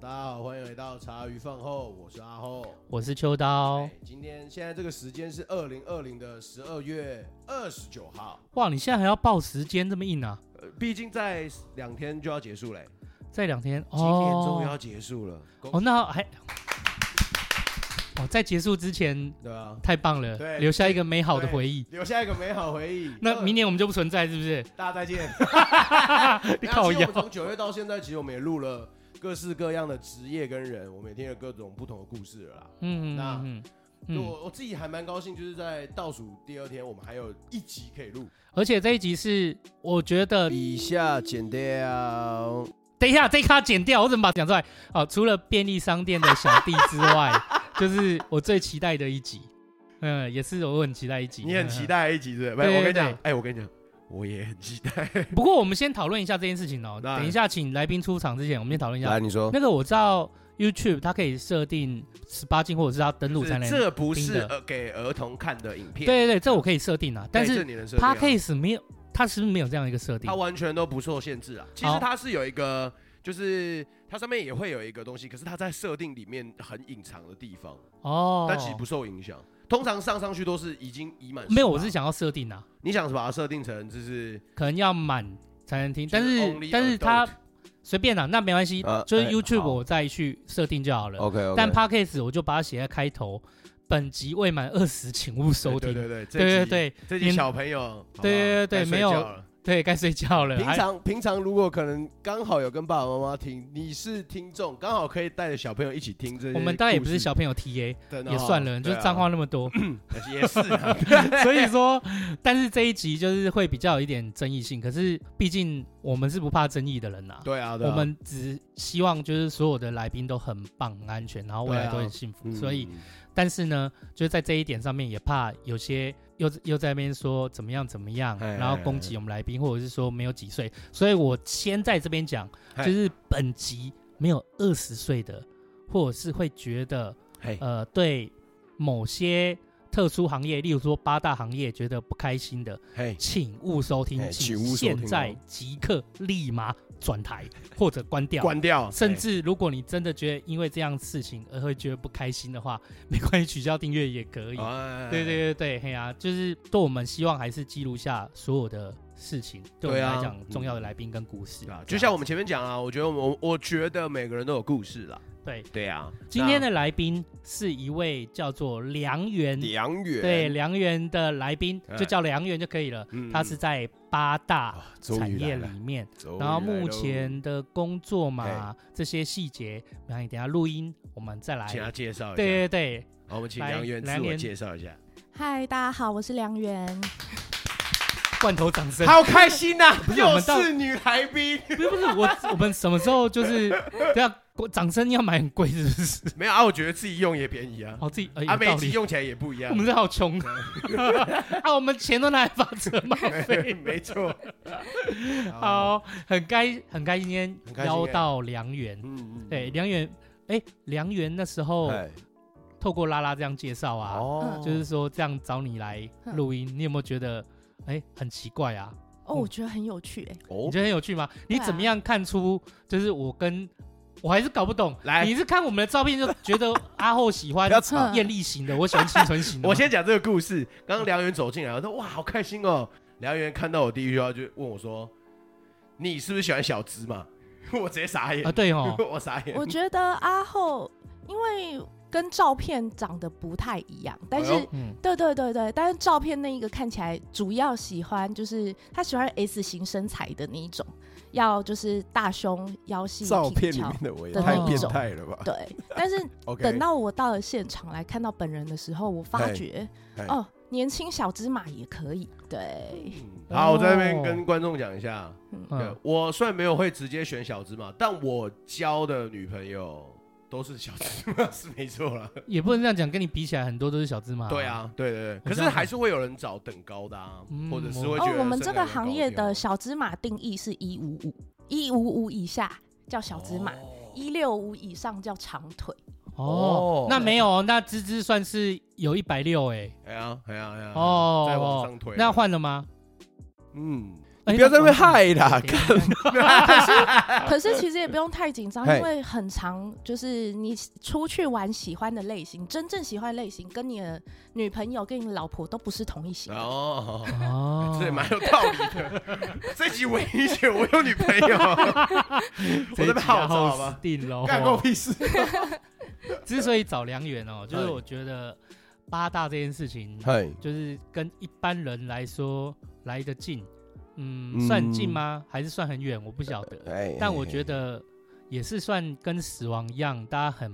大家好，欢迎回到茶余饭后，我是阿后。我是秋刀哎。今天现在这个时间是二零二零的十二月二十九号，哇，你现在还要报时间这么硬啊？呃，毕竟在两天就要结束嘞、再两天今年终于哦要结束了，恭哦，那还哦，在结束之前对啊，太棒了对，留下一个美好的对呃回忆。留下一个美好回忆。 那二明年我们就不存在，是不是？大家再见。 你那靠其实腰我们从九月到现在，其实我们也录了各式各样的职业跟人，我们也听了各种不同的故事了啦。嗯那嗯嗯就嗯，我我自己还蛮高兴，就是在倒数第二天，我们还有一集可以录。而且这一集是我觉得，以下剪掉。等一下这一卡剪掉，我怎么把它讲出来？好，除了便利商店的小弟之外， 就是我最期待的一集。嗯，也是我很期待一集。你很期嗯待一集是不是？对对我跟你讲对，哎，我跟你讲，我也很期待。嗯不过我们先讨论一下这件事情哦。当然等一下，请来宾出场之前，我们先讨论一下。你说，那个我知道 YouTube 它可以设定十八禁，或者是它登录才能。这不听是的呃给儿童看的影片，对，对对，这我可以设定啊，但这是你能设定啊 Podcast 没有，它是不是没有这样一个设定啊它？完全都不受限制啊。其实好它是有一个，就是它上面也会有一个东西，可是它在设定里面很隐藏的地方，哦，但其实不受影响。通常上上去都是已经已满，没有，我是，想要设定啊，你想把它设定成就是，可能要满才能听，就但是是 only 但是 adult 它随便啦，那没关系呃，就是哎 YouTube 好我再去设定就好了。 OK，但 Podcast 我就把它写在开头，本集未满二十，请勿收对听。对对，对这对集对这集免小朋友，好不好对对对该睡没有觉了对，该睡觉了。平还常平常如果可能刚好有跟爸爸妈妈听，你是听众，刚好可以带着小朋友一起听这些故事。我们当然也不是小朋友 TA，真的哦，也算了，就是脏话那么多。对啊也是啊 所以说，但是这一集就是会比较有一点争议性。可是毕竟我们是不怕争议的人呐、对啊，对啊 我们只希望就是所有的来宾都很棒、很安全，然后未来对啊都很幸福。嗯所以，但是呢，就是在这一点上面也怕有些又又在那边说怎么样怎么样，哎然后攻击我们来宾，或者是说没有几岁。所以我先在这边讲，哎就是本集没有二十岁的，或者是会觉得嘿，呃，对某些特殊行业，例如说八大行业，觉得不开心的，嘿，请勿收听哎，请勿收听现哦在即刻立马转台或者关掉。关掉，甚至如果你真的觉得因为这样事情而会觉得不开心的话，没关系，取消订阅也可以。哎，对对对对，嘿啊，就是对我们希望还是记录下所有的事情，对对我们啊来讲重要的来宾跟故事对啊。这就样像我们前面讲啊，我觉得我们我我觉得每个人都有故事啦。对对啊，今天那的来宾是一位叫做梁元梁远，对，梁园的来宾哎就叫梁园就可以了。嗯他是在八大啊终产于来业了里面，终于然后来目喽前的工作嘛，这些细节，然后你等一下录音我们再来。请他介绍一下，对对对，好，我们请来梁远自梁我远介绍一 下，嗨，大家好，我是梁媛。罐头掌声。好开心呐， 不是我又们到是女来宾。不是不是，我我们什么时候就是 对啊，掌声要买很贵是不是？ 没有啊，我觉得自己用也便宜啊，好自己哎，啊，有每道集理。用起来也不一样我。们这好 穷啊！我们钱都拿来发车马 费。没错。 好，很该很该今天很开心邀哎到梁园。嗯，嗯对，，梁元，哎，梁元那时候哎透过拉拉这样介绍啊，哦就是说这样找你来录音，你有没有觉得，哎，很奇怪啊？嗯哦，我觉得很有趣、 欸，你哦，觉得很有趣吗？你怎么样看出，就是我跟我还是搞不 懂，来你是看我们的照片就觉 得阿后喜欢哎不要吵艳丽型的，我喜欢清纯型的吗。我先讲这个故事。刚刚梁元走进来，我说哇，好开心哦。梁元看到我第一句话就问我说：“你是不是喜欢小资嘛？” 我直接傻眼啊，，对 哦，我傻眼。我觉得阿后因为跟照片长得不太一样，但是、哎呦嗯，对对对对，但是照片那一个看起来主要喜欢就是他喜欢 S 型身材的那一种，要就是大胸腰细挺翘。的我也的太那变种态了吧对，但 是等到我到了现场来看到本人的时候，我发哎觉哎哦，年轻小芝麻也可以。对，嗯好，我在那边哦跟观众讲一下，对嗯，我虽然没有会直接选小芝麻，但我交的女朋友都是小芝麻，是没错啦。也不能这样讲，跟你比起来，很多都是小芝麻。对，啊，对对对，我可这是样还是会有人找等高的啊，嗯或者是我会觉哦得，我们这身个材很行高业的挑小芝麻定义是一五五，一五五以下叫小芝麻，一六五以上叫长 腿。哦，哦那没有哦，那芝芝算是有一百六哎，哎呀哎呀哎呀，哦再往上推，那换了吗？嗯，哎不要在那边广告害啦对啊可是其实也不用太 紧张，嘿因为很长，就是你出去玩喜欢的类型，真正喜欢的类型，跟你的女朋友、跟你老婆都不是同一型的。哦， 哦，这也蛮有道理的。这集唯一选我有女朋友，这我一这边集好要糟好吧？定喽。干关我屁事！之所以找良缘哦，就是哎我觉得八大这件事情，嗯嗨，就是跟一般人来说来得近，嗯，嗯算近吗？还是算很远？我不晓得。哎，但我觉得。得也是算跟死亡一样，大家很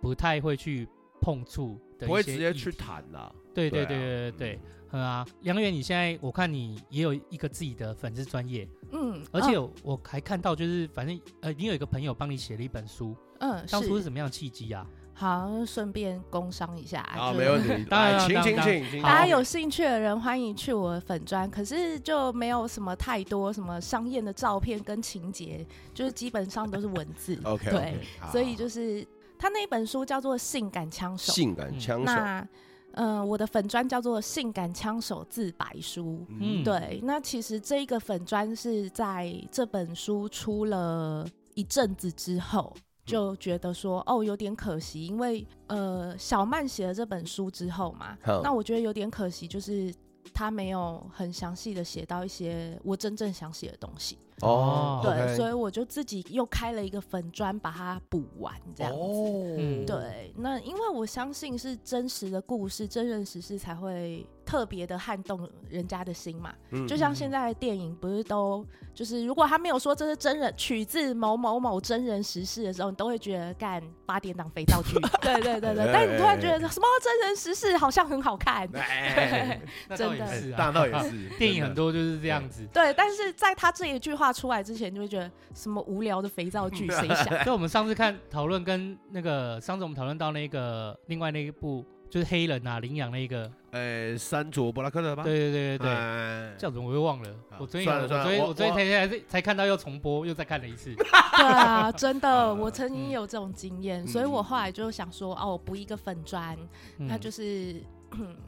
不太会去碰触的一些不会直接议题去谈啦。对对对啊对对对对，嗯啊，梁远，你现在我看你也有一个自己的粉丝专业，嗯，而且我我还看到就是反正呃，你有一个朋友帮你写了一本书，嗯，当初是是什么样的契机啊？好，顺便工商一下，啊，就没问 题，当然来，当请然请当然请，请好大家有兴趣的人，欢迎去我的粉砖。可是就没有什么太多什么商业的照片跟情节，就是基本上都是文字 OK， 对，所以就是他那一本书叫做《性感枪手》，性感枪手，那嗯、呃我的粉砖叫做《性感枪手自白书》。嗯嗯对，那其实这一个粉砖是在这本书出了一阵子之后，就觉得说哦有点可惜，因为呃小曼写了这本书之后嘛，嗯好那我觉得有点可惜，就是他没有很详细的写到一些我真正想写的东西。哦，对 OK 所以我就自己又开了一个粉砖把它补完这样子。哦嗯，对，那因为我相信是真实的故事、真人实事才会特别的撼动人家的心嘛。嗯就像现在的电影不是都就是，如果他没有说这是真人取自某某某真人实事的时候，你都会觉得干八点档肥皂剧。 对对对对，但你突然觉得什么真人实事好像很好看。 哎，那倒真的 也是啊，大 道也是，电影很多多就是这样子。对，但是在他这一句话出来之前，就会觉得什么无聊的肥皂剧，谁想？ 所以我们上次看讨论跟那个上次我们讨论到那个另外那一部就是黑人啊领养那个，呃，山卓布拉克的吧？对对对对对，哎叫什么我又忘了好。我昨天算了有我算了昨天我我昨天我才才才看到又重播，又再看了一 次。对啊，真的，呃嗯我曾经有这种经验，嗯所以我后来就想说，哦，我补一个粉砖，嗯那就是。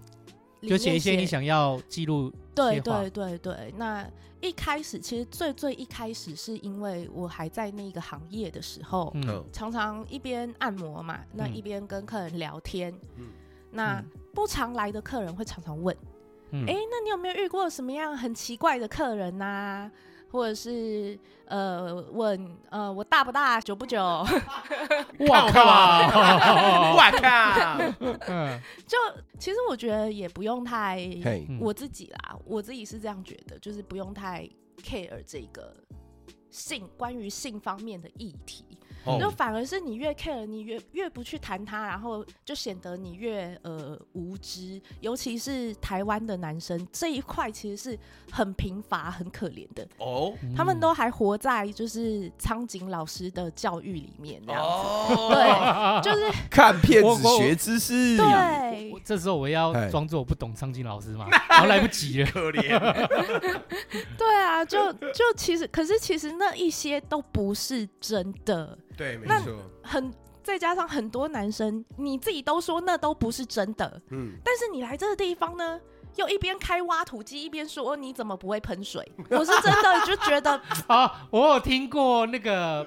里就面写一些你想要记录对些话对对对，那一开始其实最最一开始是因为我还在那个行业的时候，嗯嗯常常一边按摩嘛，那嗯一边跟客人聊天。嗯那嗯不常来的客人会常常问：“嗯哎、那你有没有遇过什么样很奇怪的客人呐、或者是呃问呃我大不大久不久？ 哇看 靠！我靠，嗯就其实我觉得也不用太嘿，嗯我自己啦，我自己是这样觉得，就是不用太 care 这个性关于性方面的议题，哦就反而是你越 care，你越越不去谈它，然后就显得你越呃无知。尤其是台湾的男生这一块，其实是很贫乏、很可怜的，哦他嗯嗯们都还活在就是苍井老师的教育里面这样子，哦，对，就是 看骗我子我学知识，对啊我。这时候我要哎装作我不懂苍井老师 嘛，然后来不及了。可怜，对啊，就 就其实，可是其实那一些都不是真的，对，没那错，很再加上很多男生你自己都说那都不是真的，嗯，但是你来这个地方呢，又一边开挖土机一边说哦你怎么不会喷 水，我是真的就觉得啊，我有听过那个。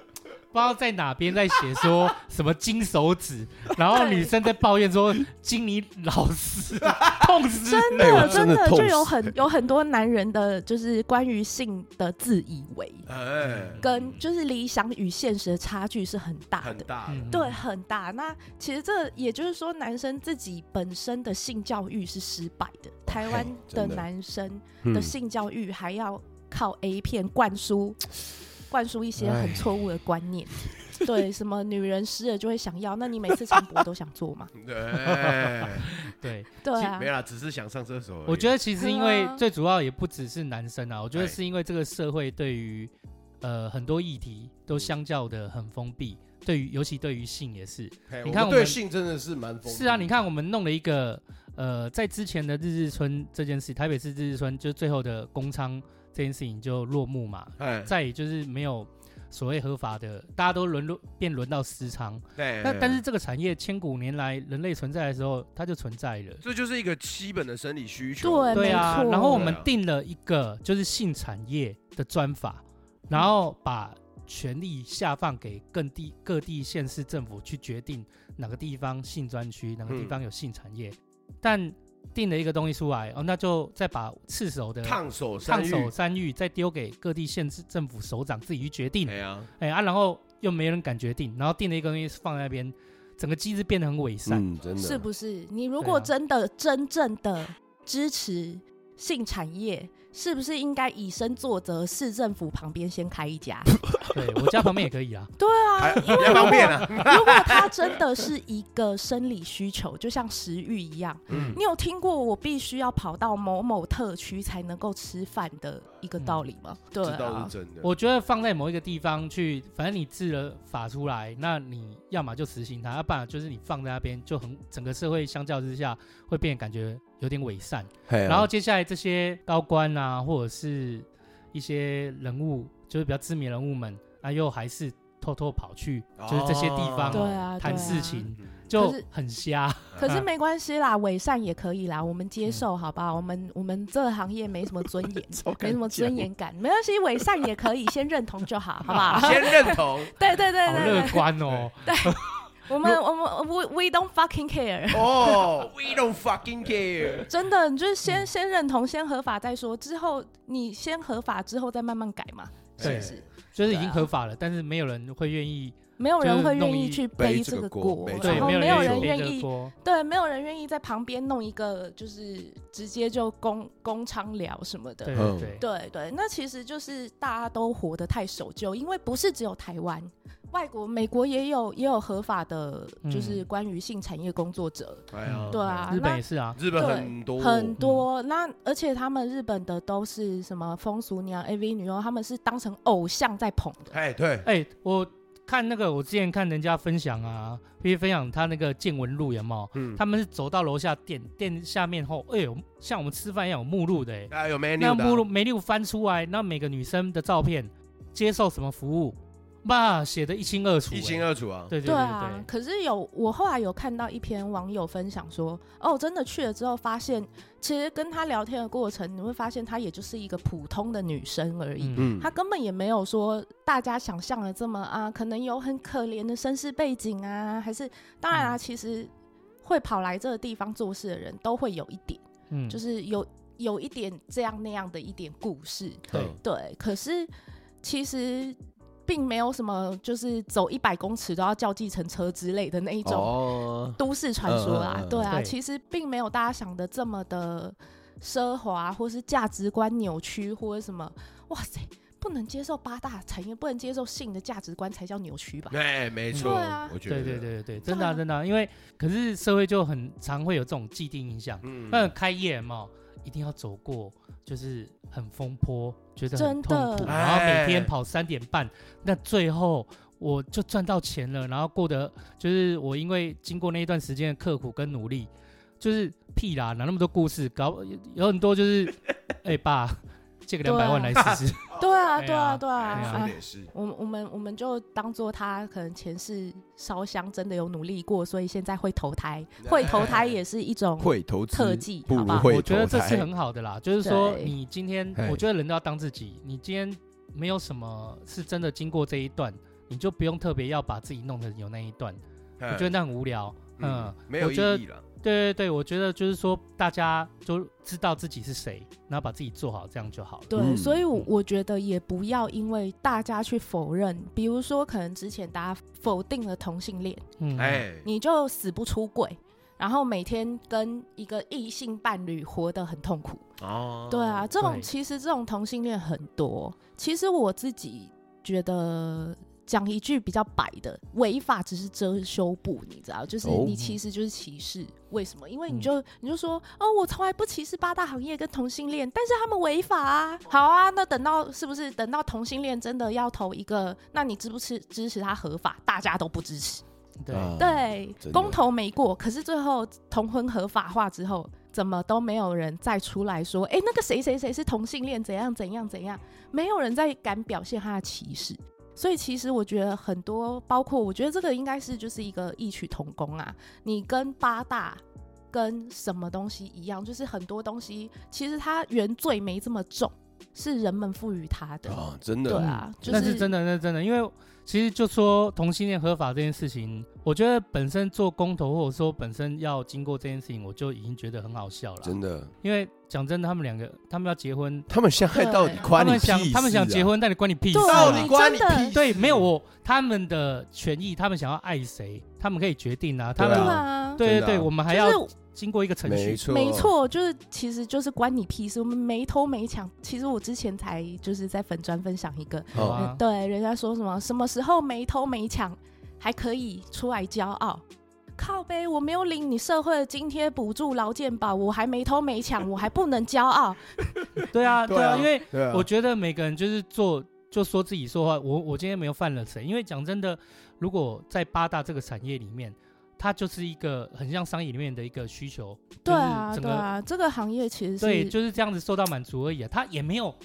不知道在哪边在写说什么金手 指，然后女生在抱怨说金你老 师痛死，真 哎我的真真的的痛就死有很有很多男人的就是关于性的自以为，哎，跟就是理想与现实的差距是很大很的。大的，嗯对，很大。那其实这也就是说，男生自己本身的性教育是失败的。台湾的真的男生嗯的性教育还要靠 A 片灌输，灌输一些哎很错误的观念。对，什么女人湿了就会想要，那你每次长勃都想做吗？嗯 哎，对，对啊没，啦，只是想上厕所而已。我觉得其实因为对啊最主要也不只是男生啊，我觉得哎是因为这个社会对于呃很多议题都相较的很封闭，对于尤其对于性也是。嘿你看我我对们性真的是蛮疯。是啊，你看我们弄了一个呃，在之前的日日村这件事，台北市日日村就最后的公仓这件事情就落幕嘛，哎，再也就是没有所谓合法的，大家都沦落变轮到私娼。对，那但是这个产业千古年来人类存在的时候，它就存在了。这就是一个基本的生理需求。对，对没啊，错。然后我们对啊定了一个就是性产业的专法，然后把权力下放给各地各地县市政府去决定哪个地方性专区，哪个地嗯方有性产业。但定了一个东西出来，哦，那就再把赤手的烫手山烫芋，手山芋再丢给各地县市政府首长自己去决定。哎呀，哎啊，然后又没人敢决定，然后定了一个东西放在那边，整个机制变得很伪善。嗯，真的是不是？你如对果啊真的、真正的支持性产业，是不是应该以身作则，市政府旁边先开一家？对我家旁边也可以啊， 对啊，还比较方便啊。如果 它真的是一个生理需求，就像食欲一样，嗯你有听过我必须要跑到某某特区才能够吃饭的一个道理吗？ 对这倒啊是，真的。我觉得放在某一个地方去，反正你制了法出来，那你要么就实行它，要不然就是你放在那边就很整个社会相较之下会变得感觉有点伪善。然哎啊然，后接下来这些高官啊，或者是一些人物，就是比较知名人物们，啊，又还是偷偷跑去就是这些地方对啊，谈对事啊。嗯情，嗯就可是很瞎。可是没关系啦，伪善也可以啦，我们接受好不好？我们我们这个行业没什么尊严超没敢什么讲尊严感，没关系，伪善也可以，先认同 就好，好不好？先认同对对对好对乐对，观哦，我们我们 we we don't fucking care， 哦，We don't fucking care。真的，你就是嗯先先认同，先合法再说，之后你先合法之后再慢慢改嘛，是对不是？就是啊已经合法了，但是没有人会愿意，没有人就是会愿弄意一去背背这这个个锅锅没，错对，然后没有没有人愿人意背愿这个意锅，对，没有人愿意在旁边弄一个，就是直接就公公娼聊什么的。对嗯对对，对对，那其实就是大家都活得太守旧，因为不是只有台湾，外国、美国也有也有合法的，就是嗯关于性产业工作者，哎呀，对啊日本那也是啊，日本很多很嗯多。那而且他们日本的都是什么风俗娘、AV 女优，他们是当成偶像在捧的。哎，对，哎、我看那个，我之前看人家分享啊，比如分享他那个见闻录有没有？嗯，他们是走到楼下店店下面后，哎呦，像我们吃饭一样有目录的、哎，啊有 menu 那的目录每录翻出来，那每个女生的照片，接受什么服务，哇，写的一清二楚、一清二，二楚啊。对对对对啊，可是有我后来有看到一篇网友分享说，哦，真的去了之后发现，其实跟她聊天的过程，你会发现她也就是一个普通的女生而对已，嗯，嗯她根本也没有说大家想象的这么啊，可能有很可怜的身世背景啊，还是当然啊，嗯其实会跑来这个地方做事的人都会有一点，嗯就是是有有一点这样那样的一点故事，对对，可是其实并没有什么，就是走一百公尺都要叫计程车之类的那一种哦，都市传说啦。嗯嗯嗯嗯对啊，对其实并没有大家想的这么的奢华，啊或是价值观扭曲，或者什么。哇塞，不能接受八大产业，不能接受性的价值观才叫扭曲吧？哎，没错对啊，我觉得对对对，对对，真的、对啊、啊真的啊、因为可是社会就很常会有这种既定印象。嗯啊那开业嘛，一定要走过，就是很风坡，觉得很真的痛苦，然后每天跑三点半，那最后我就赚到钱了，然后过得就是我因为经过那一段时间的刻苦跟努力，就是屁啦，哪那么多故事，搞有有很多就是，哎、爸，借个两百万来对试试，对啊，对对啊，啊对啊。哎对啊说啊的也是，我们我们我们就当做他可能前世烧香真的有努力过，所以现在会投胎。 会投胎 也是一种会投资特技不好如不好会我觉得投这是胎很好的啦，就是说对你今天嘿，我觉得人都要当自己，你今天没有什么是真的经过这一段，你就不用特别要把自己弄得有那一段，我我觉得那很无聊。嗯，没有我觉得意义了。对对对，我觉得就是说大家就知道自己是谁，然后把自己做好，这样就好了。对，嗯所以我嗯我觉得也不要因为大家去否认，比如说可能之前大家否定了同性恋，嗯，哎，你就死不出轨，然后每天跟一个异性伴侣活得很痛苦。哦对啊，，这种对其实这种同性恋很多。其实我自己觉得。讲一句比较白的，违法只是遮羞布，你知道，就是哦你其实就是歧视。为什么？因为你嗯就你就说，哦，我从来不歧视八大行业跟同性恋，但是他们违法啊。好啊，那等到是不是等到同性恋真的要投一个，那你支不支支持他合法？大家都不支持。对，哦啊对真的，公投没过，可是最后同婚合法化之后，怎么都没有人再出来说，哎、那个谁谁谁是同性恋，怎样怎样怎样，没有人再敢表现他的歧视。所以其实我觉得很多，包括我觉得这个应该是就是一个异曲同工啊。你跟八大跟什么东西一样，就是很多东西其实它原罪没这么重，是人们赋予它的。哦啊，真对的，啊，就嗯那是真的，那是真的，因为其实就说同性恋合法这件事情，我觉得本身做公投或者说本身要经过这件事情，我就已经觉得很好笑了。真的，因为讲真的，他们两个他们要结婚，他们相爱到底对他关你们屁事想啊？他们想结婚，但你关你屁事对啊、到底关你真的屁事对，没有我他们的权益，他们想要爱谁，他们可以决定啊。他对对们啊，对对真的啊对，我们还要就是经过一个程没序。错，没，错，就是其实就是关你屁事，我们没偷没抢。其实我之前才就是在粉专分享一个，好啊，对，人家说什么什么时候没偷没抢，还可以出来骄傲。靠呗，我没有领你社会的津贴、补助、劳健保，我还没偷没抢，我还不能骄 傲。对啊，对对啊，啊因为对啊，我觉得每个人就是做就说自己说话，我我今天没有犯了谁，因为讲真的，如果在八大这个产业里面，它就是一个很像商业里面的一个需求，对啊，就是整对个啊，这个行业其实是对，就是这样子受到满足而已啊，它也没有，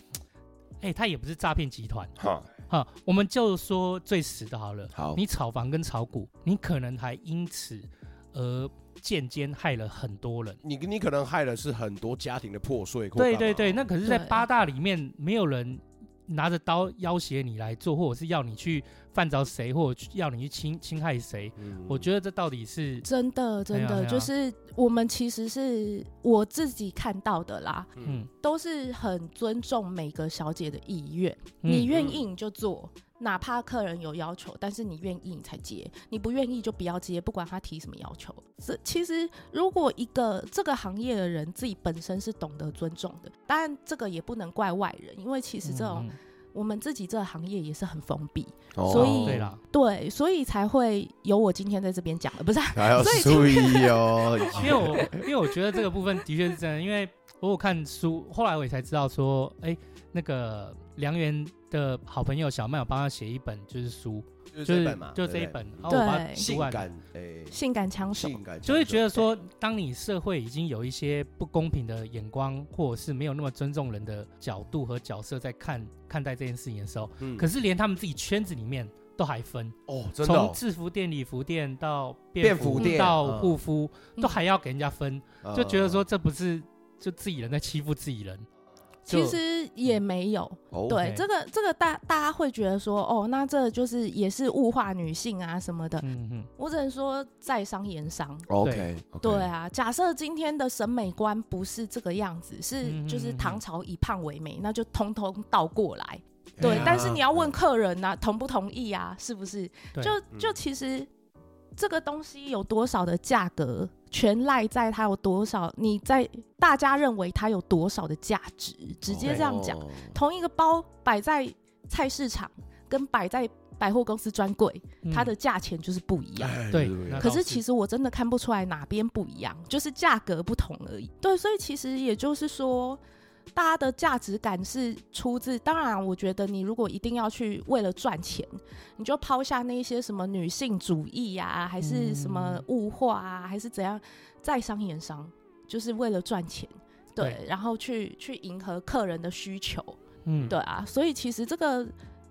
哎、它也不是诈骗集团哈，哈，我们就说最实的好了，好，你炒房跟炒股，你可能还因此而间接害了很多人。你你可能害的是很多家庭的破碎或干对嘛。对对，那可是，在对八大里面，没有人拿着刀要挟你来做，或者是要你去犯着谁，或者去要你去侵侵害谁。嗯我觉得这到底是真的真哎呀哎的，呀就是我们其实是我自己看到的啦，嗯，都是很尊重每个小姐的意愿。嗯你愿意你就做，哪怕客人有要求，但是你愿意你才接，你不愿意就不要接，不管他提什么要求。这其实如果一个这个行业的人自己本身是懂得尊重的，当然这个也不能怪外人，因为其实这种、嗯我们自己这个行业也是很封闭，哦所嗯以对啦，对，所以才会有我今天在这边讲的，不是啊、还要注意哦， 因为我因为我觉得这个部分的确是真的，因为我有看书，后来我也才知道说，哎，那个梁源的好朋友小曼有帮他写一本就是书， 就是就这一是本嘛，就对这一不对本，然后我把它哎对读性完，感诶，性感枪手。性感就会觉得得说，当你社会已经有一些不公平的眼光，或者是没有那么尊重人的角度和角色在看看待这件事情的时候，嗯可是连他们自己圈子里面都还分，哦，真的从哦制服店、礼服店到便服服店到嗯护肤，嗯都还要给人家分，就觉得说嗯这不是就自己人在欺负自己人。其就实也没有，哦对 OK 这个这个大大家会觉得说，哦，那这就是也是物化女性啊什么的，嗯嗯，我只能说在商言商。 ，OK，哎对啊，假设今天的审美观不是这个样子，是嗯就是嗯嗯唐朝以胖为美，那就通通倒过来。对对，啊但是你要哦问客人呐、同不同意啊？是不是？对嗯就就其实这个东西有多少的价格，全赖在它有多少，你在大家认为它有多少的价值，直接这样讲。哦，同一个包摆在菜市场跟摆在百货公司专柜，嗯它的价钱就是不一样。哎对对对，那可倒是其实我真的看不出来哪边不一样，就是价格不同而已。对，所以其实也就是说，大家的价值感是出自。当然，我觉得你如果一定要去为了赚钱，你就抛下那一些什么女性主义啊，还是什么嗯物化啊，还是怎样，在商言商，就是为了赚钱。对，对然后去去迎合客人的需求，嗯对啊，所以其实这个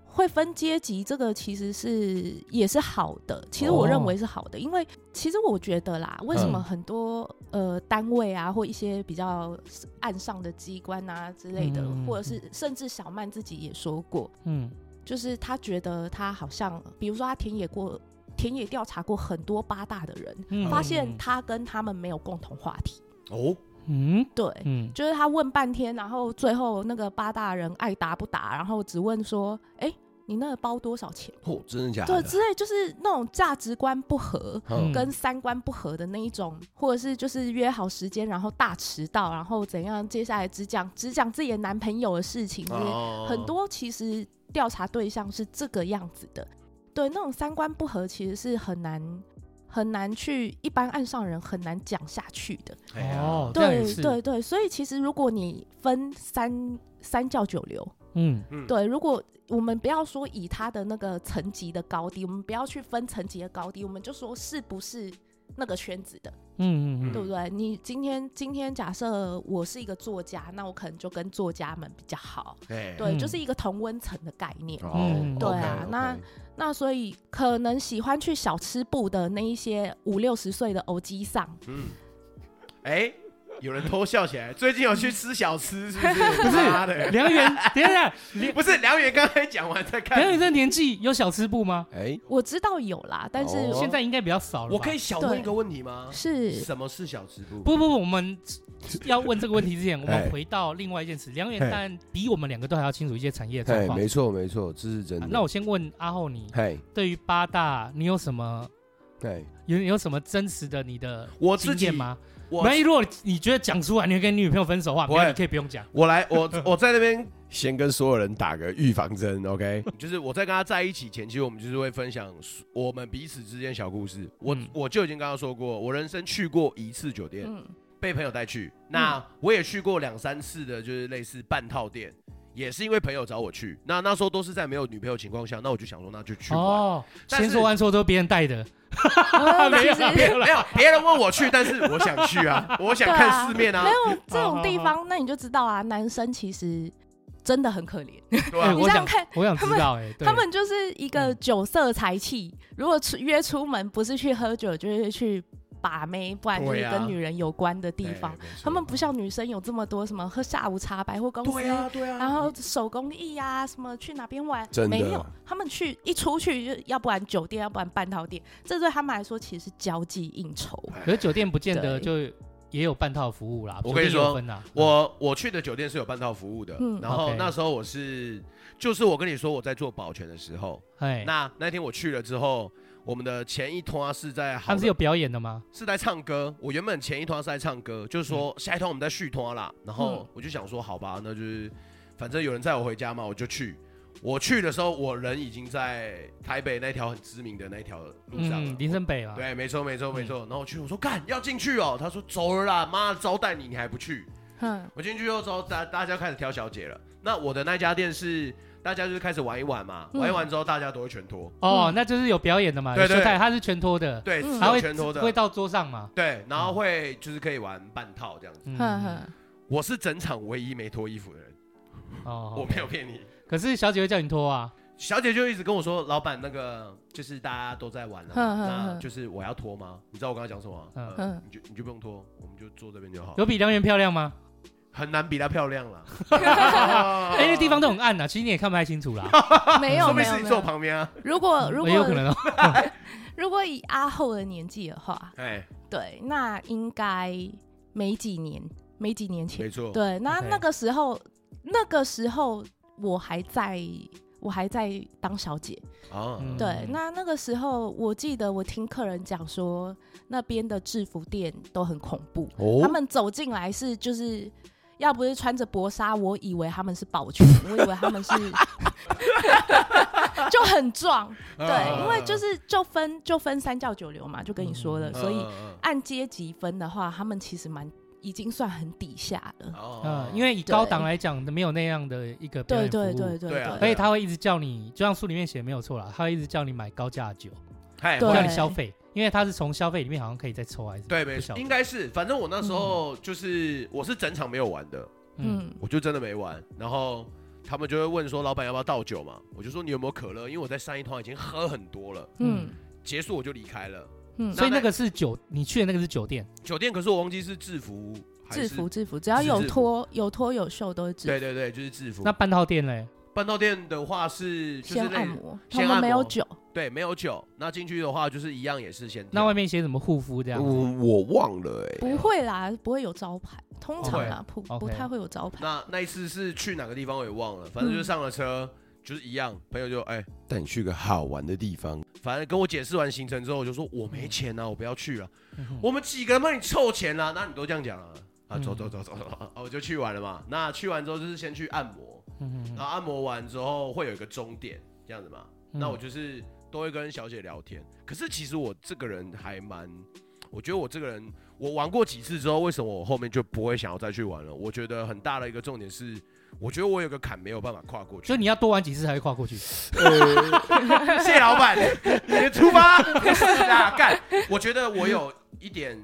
会分阶级，这个其实是也是好的。其实我认为是好的，因为其实我觉得啦，为什么哦嗯很多、呃单位啊，或一些比较岸上的机关啊之类的，嗯嗯嗯或者是甚至小曼自己也说过，嗯就是她觉得她好像，比如说她田野过。田野调查过很多八大的人，嗯发现她跟他们没有共同话题。哦，嗯对，嗯就是他问半天，然后最后那个八大人爱答不答，然后只问说：“哎、你那个包多少钱哦，真的？”假对，的？之类就是那种价值观不合。嗯跟三观不合的那一种，或者是就是约好时间，然后大迟到，然后怎样？接下来只讲只讲自己的男朋友的事情，之类哦嗯很多其实调查对象是这个样子的，对那种三观不合其实是很难很难去一般岸上人很难讲下去的。哎呀哦这样也对是对对，所以其实如果你分三三教九流，嗯嗯对，如果我们不要说以他的那个层级的高低，我们不要去分层级的高低，我们就说是不是那个圈子的，嗯嗯对嗯，不对？你今天今天假设我是一个作家，那我可能就跟作家们比较好，哎，哦对，嗯就是一个同温层的概念。嗯对啊那那所以可能喜欢去小吃部的那一些五六十岁的欧基上，嗯，哎，有人偷笑起来，最近有嗯去吃小吃是 不是？不是妈的，梁元，等一下，梁不是梁远刚才讲完再梁元看。这年纪有小吃部吗？哎，我知道有啦，但是哦现在应该比较少了吧。我可以小问一个问题吗？是什么是小吃部？不不不，我们要问这个问题之前，我们哎回到另外一件事。梁远嘿当然比我们两个都还要清楚一些产业状嘿，况。哎没错没错，这是真的。啊那我先问阿后你，嘿，对于八大，你有什么对，有有什么真实的你的我自经己验？吗？我万一如果你觉得讲出来你会跟你女朋友分手的话，不没会有，你可以不用讲。我来， 我我在那边先跟所有人打个预防针，OK？就是我在跟他在一起前，其实我们就是会分享我们彼此之间小故事。我、嗯我就已经刚刚说过，我人生去过一次酒店，嗯，被朋友带去。嗯那我也去过两三次的，就是类似半套店，也是因为朋友找我去。那那时候都是在没有女朋友情况下，那我就想说那就去玩。哦，但是啊先说完说都是别人 带的，呃没有啊其实别没有别人问我去，但是我想去啊，我想对啊看世面啊没，有这种地方，那你就知道啊，男生其实真的很可怜，对哎啊你我这想样看我想知道哎、对他们就是一个嗯酒色财气。如果出约出门，不是去喝酒，就是去把妹，不然就是对啊跟女人有关的地方哎。没错他们不像女生有这么多什么喝下午茶、百货公司，对啊对啊，然嗯后手工艺啊，什么去哪边玩，真的没有。他们去一出去，就要不然酒店，要不然半套店，这对他们来说其实是交际应酬。哎可是酒店不见得就对也有半套服务啦。我跟你酒店也有说分啊啦，我我去的酒店是有半套服务的，嗯然后 OK 那时候我是，就是我跟你说我在做保全的时候，哎，那那天我去了之后，我们的前一团是在他好们是有表演的吗？是在唱歌，我原本前一团是在唱歌，就是说嗯下一团我们在续团啦，然后嗯我就想说好吧，那就是反正有人载我回家嘛，我就去。我去的时候，我人已经在台北那条很知名的那条路上了嗯，。林森北嘛。对，没错，没错，没错。然后我去，我说干要进去哦，他说走了啦，妈的招待你，你还不去？嗯，我进去后之后，大大家开始挑小姐了。那我的那家店是大家就是开始玩一玩嘛，嗯玩一玩之后大家都会全脱，哦，嗯那就是有表演的嘛。对有对秀才他是全脱的，对，嗯是他有会全脱的，会到桌上嘛。对，然后会就是可以玩半套这样子。嗯哼哼，我是整场唯一没脱衣服的人，哦我没有。骗你。可是小姐会叫你脱啊。小姐就一直跟我说，老板那个就是大家都在玩了、哼哼那哼就是我要脱吗？你知道我刚刚讲什么吗？嗯呃嗯你就你就不用脱，我们就坐这边就好。有比梁元漂亮吗？很难比她漂亮 了，哦哎，那地方都很暗呐，其实你也看不太清楚啦。没有说没明是有你没坐我有。旁边啊。如果如也有可果能哦。如果以阿后的年纪的话，哎，对，那应该没几年，没几年前没。错。对，那 OK 那个时候，那个时候我还在，我还在当小姐。啊，嗯对，那那个时候我记得我听客人讲说，那边的制服店都很恐怖，他哦，们走进来是就是。要不是穿着薄纱，我以为他们是保全，我以为他们是 就很壮，嗯啊对，因为就是就分就分三教九流嘛，就跟你说了，嗯所以嗯按阶级分的话，他们其实蛮已经算很底下了。哦嗯，因为以高档来讲，没有那样的一个表对演服对务。对对对啊而且他会一直叫你，就像书里面写没有错啦，他会一直叫你买高价的酒，嗨，对叫你消费，因为他是从消费里面好像可以再抽还是对，没不晓错，得应该是，反正我那时候就是我是整场没有玩的，嗯嗯我就真的没玩，然后。他们就会问说，老板要不要倒酒嘛？我就说你有没有可乐？因为我在上一团已经喝很多了，嗯结束我就离开了。嗯，所以那个是酒，你去的那个是酒店，酒店可是我忘记是制服还制是服，制服，只要有制服脱有脱有秀都是制对服。对对，就是制服。那半套店嘞？半套店的话是就是先类按摩，他先们按没有摩酒，对没有酒，那进去的话就是一样也是先那跳外面写什么护肤这样我子？我忘了哎，不会啦，不会有招牌，通常哦啦不不 OK 太会有招牌。那那一次是去哪个地方我也忘了，反正嗯就是上了车、就是一样，朋友就哎、带你去个好玩的地方，反正跟我解释完行程之后，我就说我没钱啊，我不要去了、嗯哼我们几个人帮你凑钱啦、那你都这样讲了啊，嗯走走走走走，啊，我就去玩了嘛。那去完之后就是先去按摩，嗯哼然后按摩完之后会有一个终点这样子嘛。嗯那我就是都会跟小姐聊天，可是其实我这个人还蛮，我觉得我这个人，我玩过几次之后，为什么我后面就不会想要再去玩了？我觉得很大的一个重点是，我觉得我有个坎没有办法跨过去就。你要多玩几次才会跨过去。 谢谢老板，你的出发不是啦，干。我觉得我有一点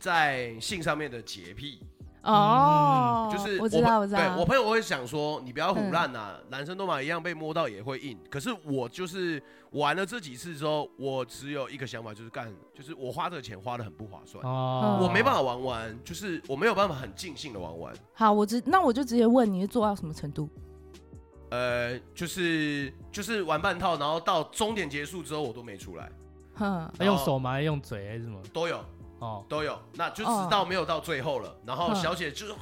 在性上面的洁癖，哦，嗯就是我知道，我知对道，嗯我朋友会想说，你不要胡乱呐，男生都嘛一样被摸到也会硬。可是我就是玩了这几次之后，我只有一个想法，就是干，就是我花这个钱花的很不划算。哦，我没办法玩完，就是我没有办法很尽兴的玩完。好，我直那我就直接问你是做到什么程度？呃，就是就是玩半套，然后到终点结束之后我都没出来，哼，要用手吗？还是用嘴还是什么？都有哦，都有，那就直到没有到最后了。然嗯后小姐就是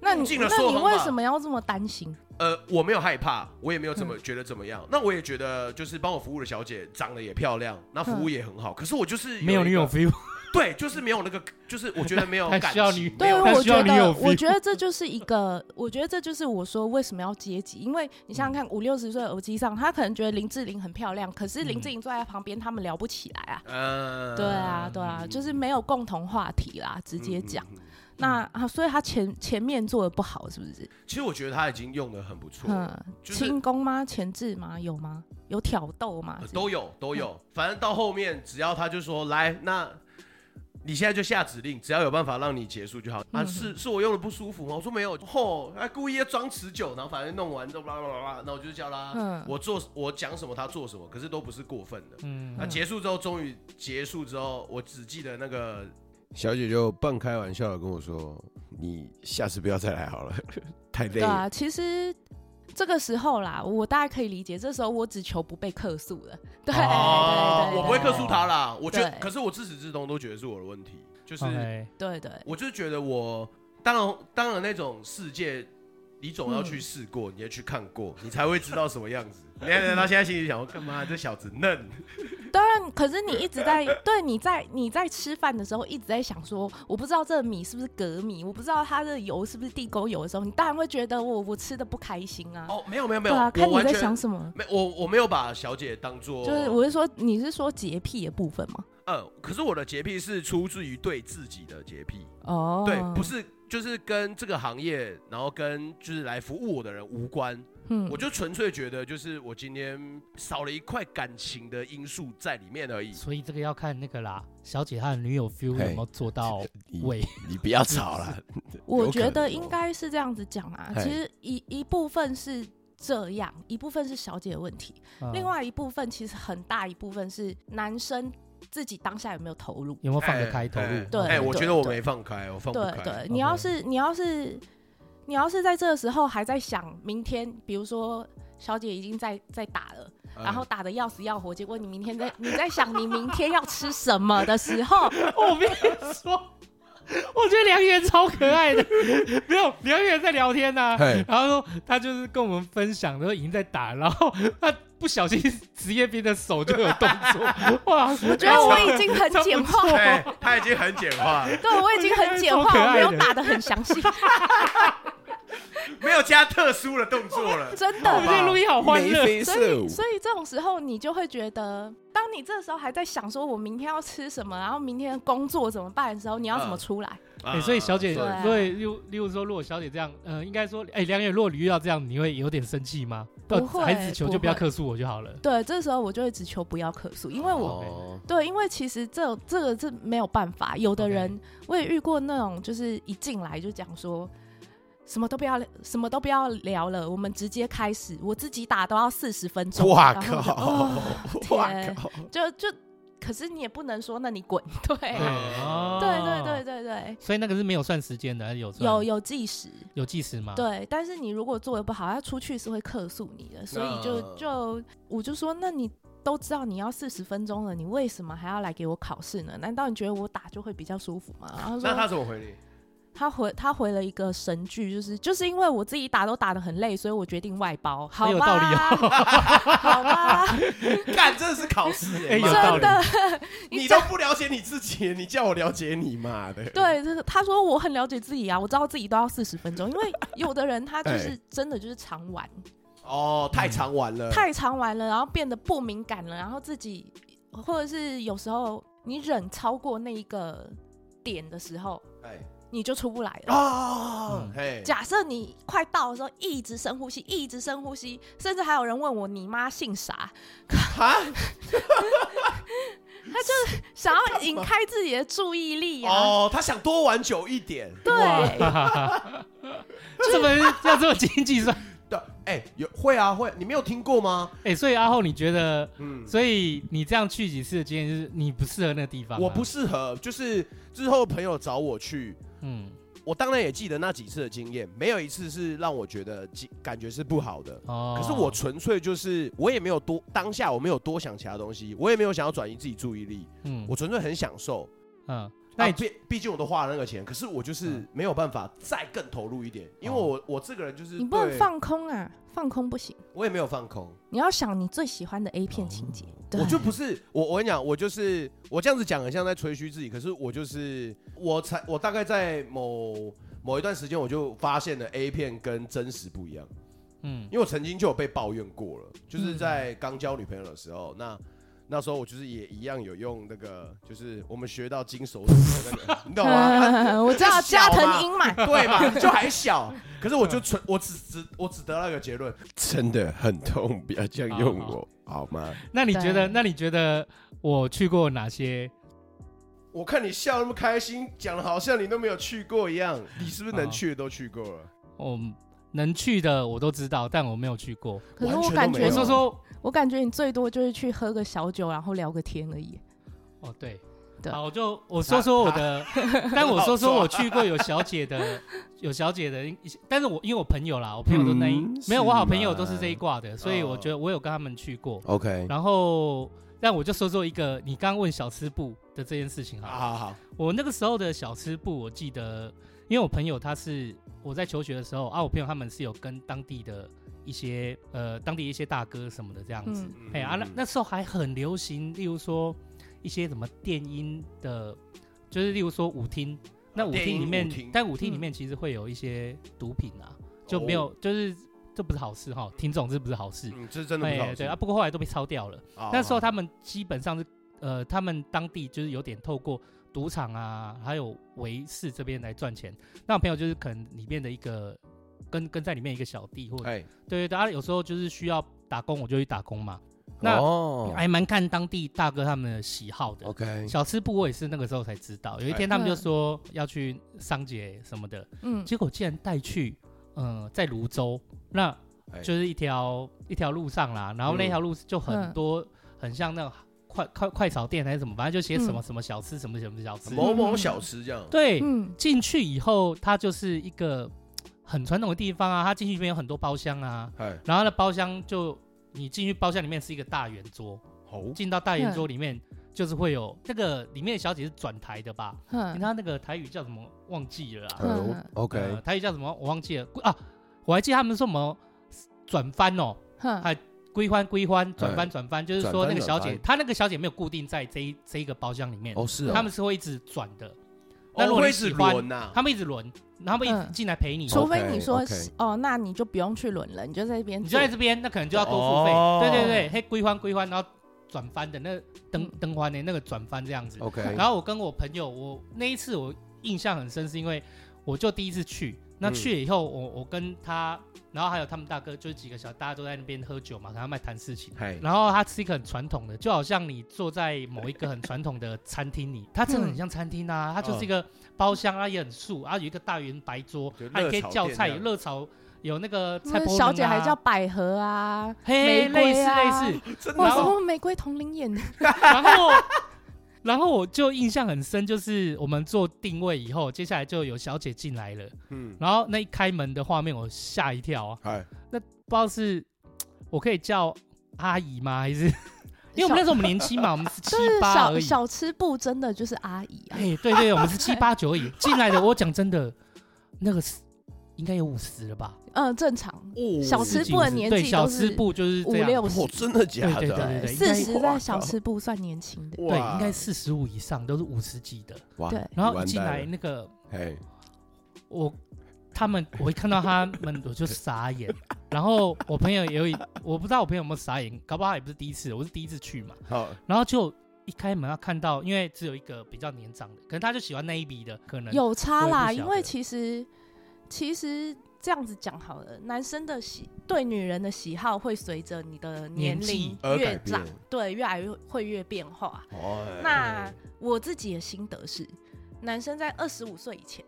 那你尽了那所有你方法为什么要这么担心？呃，我没有害怕，我也没有嗯怎么觉得怎么样。那我也觉得就是帮我服务的小姐长得也漂亮，那服务也很好。可是我就是没有一个女 友 feel，对，就是没有那个，就是我觉得没 有还感需要情你，没对，啊有他我需要觉你有得，我 feel 觉得这就是一个，我觉得这就是我说为什么要阶级，因为嗯你想想看，五六十岁的耳机上，他可能觉得林志玲很漂亮，可是林嗯志玲坐在旁边，他们聊不起来啊。呃，对啊，对啊，就是没有共同话题啦，直嗯接讲。。嗯嗯那啊，所以他前前面做的不好，是不是？其实我觉得他已经用的很不错，嗯，就是轻功吗？前置吗？有吗？有挑逗啊吗嗯呃？都有都有，反正到后面只要他就说来，那你现在就下指令，只要有办法让你结束就好。啊，嗯是是我用的不舒服吗？我说没有，吼，他故意要装持久，然后反正弄完之后，啦啦啦啦，那我就叫他，嗯我做我讲什么他做什么，可是都不是过分的。嗯那结束之后，终于结束之后，我只记得那个小姐就半开玩笑的跟我说：“你下次不要再来好了， 太累对了。啊，其实这个时候啦，我大概可以理解，这时候我只求不被客诉了。对，哦哎对对对我不会克诉他啦。我觉得，对可是我自始至终都觉得是我的问题，就是、 OK，对对，我就是觉得我，当然当然那种世界，你总嗯要去试过，你要去看过，你才会知道什么样子。你看他现在心里想说，干嘛这小子嫩？当然，可 是你一直在对你在你在吃饭的时候一直在想说，我不知道这个米是不是镉米，我不知道它的油是不是地沟油的时候，你当然会觉得我我吃的不开心 啊。哦，没有没有没对有，啊，看我你完在全想什么。没我我没有把小姐当做，就是我是说，你是说洁癖的部分吗？呃，可是我的洁癖是出自于对自己的洁癖，哦，对，不，是就是跟这个行业，然后跟就是来服务我的人无关。嗯我就纯粹觉得，就是我今天少了一块感情的因素在里面而已。所以这个要看那个啦，小姐她的女友 feel 有嘿没有做到你位。你不要吵 了。我有可觉得能应哦该是这样子讲啊，嘿其实一一部分是这样，一部分是小姐的问题，嗯另外一部分其实很大一部分是男生自己当下有没有投入。有没有放得开投哎入哎？对哎， 我觉得我对没放开，我放不对开。哦对，你要 OK 是你要是你要是在这个时候还在想明天，比如说小姐已经在在打了，哎然后打的要死要活，结果你明天在你在想你明天要吃什么的 时候，哦我跟你说，我觉得梁远超可爱的， 没有梁远在聊天呐、嘿，然后说他就是跟我们分享，然后已经在打，然后他不小心职业兵的手就有动 作，哇！我我觉得啊我已经很简化了， 哎，他已经很简化 了，对我已经很简我觉得化，超可我没爱的有打的很详细，没有加特殊的动作 了。真我的们。今天录音好欢眉乐，哦飞所色舞以，。所以这种时候你就会觉得，当你这时候还在想说我明天要吃什么，然后明天的工作怎么办的时候，你要怎么嗯出来？哎、所以小姐，对啊所以例如例如说，如果小姐这样，呃，应该说，哎、梁远，如果你遇到这样，你会有点生气吗？不呃会还只求不就不要会客诉我就好了。对，这时候我就会只求不要客诉，因为我、哦，对，因为其实这这个是没有办法，有的 OK 人我也遇过那种，就是一进来就讲说。什么都不要，什么都不要聊了，我们直接开始。我自己打都要四十分钟，哇然后我就 靠哦！哇 天靠！就就，可是你也不能说，那你滚，对，对，对哦哎对对对对，所以那个是没有算时间的，还是有算有有计时，有计时吗？，对，但是你如果做的不好，他出去是会客诉你的，所以就那就我就说，那你都知道你要四十分钟了，你为什么还要来给我考试呢？难道你觉得我打就会比较舒服吗？然后那他他说怎么回你？他回他回了一个神句，就是就是因为我自己打都打得很累，所以我决定外包，好吧？有道理好吧，干，真的是考试哎、耶有妈道理。真的你都不了解你自己，你叫我了解你嘛的。对，就是他说我很了解自己啊，我知道自己都要四十分钟，因为有的人他就是哎真的就是常玩，哦，太常玩呃了。太常玩了，然后变得不敏感了，然后自己或者是有时候你忍超过那一个点的时候，哎你就出不来了。啊，嗯嘿，假设你快到的时候，一直深呼吸，一直深呼啊吸，甚至还有人问我你妈姓啥，哈，想要引开自己的注意力啊。哦，他想多玩久一点。对，哇， 这么要这么经济算？对，哎，有会啊会，你没有听过吗？哎、所以阿后，你觉得，嗯，所以你这样去几次的经验，就是你不适合那个地方、啊我不，适合，就是之后朋友找我去，嗯，我当然也记得那几次的经验，没有一次是让我觉得经感觉是不好的。哦，可是我纯粹就是，我也没有多当下，我没有多想其他东西，我也没有想要转移自己注意力，嗯，我纯粹很享受。嗯，那那你、毕毕竟我都花了那个钱，可是我就是嗯哦没有办法再更投入一点，因为我我这个人就是你不能对，放空啊，放空不行。我也没有放空，你要想你最喜欢的 A 片情节，对我就不是我，我跟你讲，我就是我这样子讲，很像在吹嘘自己。可是我就是我才，我大概在某某一段时间，我就发现了 A 片跟真实不一样。嗯因为我曾经就有被抱怨过了，就是在刚交女朋友的时候，那那时候我就是也一样有用那个，就是我们学到金手指的那个，你 懂吗？ 嗯，我知道小嘛加藤鹰嘛，对嘛，就还小，可是我就纯，我只只我只得到一个结论，真的很痛，不要这样用我，好吗？那你觉得，对那你觉得我去过哪些？我看你笑那么开心，讲的好像你都没有去过一样，你是不是能去的都去过了？我哦能去的我都知道，但我没有去过。可是完我全都感没觉有我说说，我感觉你最多就是去喝个小酒，然后聊个天而已。哦，对，对好，我就我说说我的，但我说说我去过有小姐的， 有小姐的一些，但是我因为我朋友啦，我朋友都那一、嗯没有，是我好朋友吗都是这一挂的，所以我哦嗯觉得我有跟他们去过。 OK，然后，但我就说说一个，你刚刚问小吃部的这件事情好哈。好好，我那个时候的小吃部，我记得，因为我朋友他是我在求学的时候啊，我朋友他们是有跟当地的一些呃当地一些大哥什么的这样子。嗯，哎、啊，那嗯那时候还很流行，例如说一些什么电音的，就是例如说舞厅，那舞厅里面，啊电音舞厅但舞厅里嗯面其实会有一些毒品啊，就没有，就是这不是好事哈，听总之不是好事。哦嗯，这真的不好吃。对啊，不过后来都被抄掉了。哦那时候他们基本上是，呃，他们当地就是有点透过赌场啊，还有维氏这边来赚钱。那我朋友就是可能里面的一个跟跟在里面一个小弟，哦或者、哎，对对对，啊，有时候就是需要打工，我就去打工嘛。那哦还蛮看当地大哥他们的喜好的。 ，OK，哎小吃部我也是那个时候才知道，有一天他们就嗯说要去商姐什么的，嗯，结果竟然带去，嗯、在泸州，那哎就是一条、一条路上啦，然后那条路就很多，很像那种快快快炒店还是什么，反正就写什么嗯嗯什么小吃，什么什么小嗯吃。某某小吃这样。对，嗯，进去以后，它就是一个很传统的地方啊，它进去里面有很多包厢啊，哎然后呢，包厢就你进去包厢里面是一个大圆桌，哦，进到大圆桌里面。就是会有那个里面的小姐是转台的吧？嗯你看那个台语叫什么忘记了啊？嗯呃 OK，台语叫什么？我忘记了啊，我还记得他们说什么转翻哦，哼哎归欢归欢，转翻转翻，就是说那个小哎转姐，翻她那个小姐没有固定在这一这一个包厢里面，哦是哦，他们是会一直转的，那如哦，果会你是喜欢轮啊呐，他们一直轮，然后他们一直嗯进来陪你，除非你说 OK，OK 哦，那你就不用去轮了，你就在这边你坐，就在这边，那可能就要多付费，哦对对对，嘿归欢归欢，然后转翻的那灯嗯灯环的那个转翻这样子， OK，然后我跟我朋友，我那一次我印象很深，是因为我就第一次去，那去了以后，我我跟他，然后还有他们大哥，就是几个小，大家都在那边喝酒嘛，然后在谈事情。嗨，然后它是一个很传统的，就好像你坐在某一个很传统的餐厅 里，它真的很像餐厅嗯啊，它就是一个包厢啊，也很素啊，有一个大圆白桌就热，啊，你可以炒叫店菜，这有样热炒，有那个菜那包、啊。小姐还叫百合啊，嘿，玫类瑰似类啊似，真的哇，然什后么玫瑰同龄眼，然后，然后我就印象很深，就是我们做定位以后，接下来就有小姐进来了，嗯，然后那一开门的画面，我吓一跳啊！嗨，不知道是我可以叫阿姨吗？还 是因为我们那时候我们年轻嘛，我们是七就是八而小已。小吃部真的就是阿姨啊哎、，对对，我们是七八九而已。进来的，我讲真的，那个是应该有五十了吧？嗯，正常，哦小吃部的年对，纪小都吃是部就是五这样。六十哦我，真的假对对对的？对四应十该在小吃部算年轻的，对，应该四十五以上都是五十几的。哇对然后一完进蛋来了那个哎，我 他们，我一看到他们我就傻眼，然后我朋友也有一，我不知道我朋友有没有傻眼，搞不好他也不是第一次，我是第一次去嘛，好，然后就一开门他看到，因为只有一个比较年长的，可能他就喜欢那一笔的，可能有差我啦，也不晓得因为其实其实这样子讲好了，男生的喜对女人的喜好会随着你的年年龄纪而改越变长，对，越来越会越变化。呃哦，那我自己的心得是，男生在二十五岁以前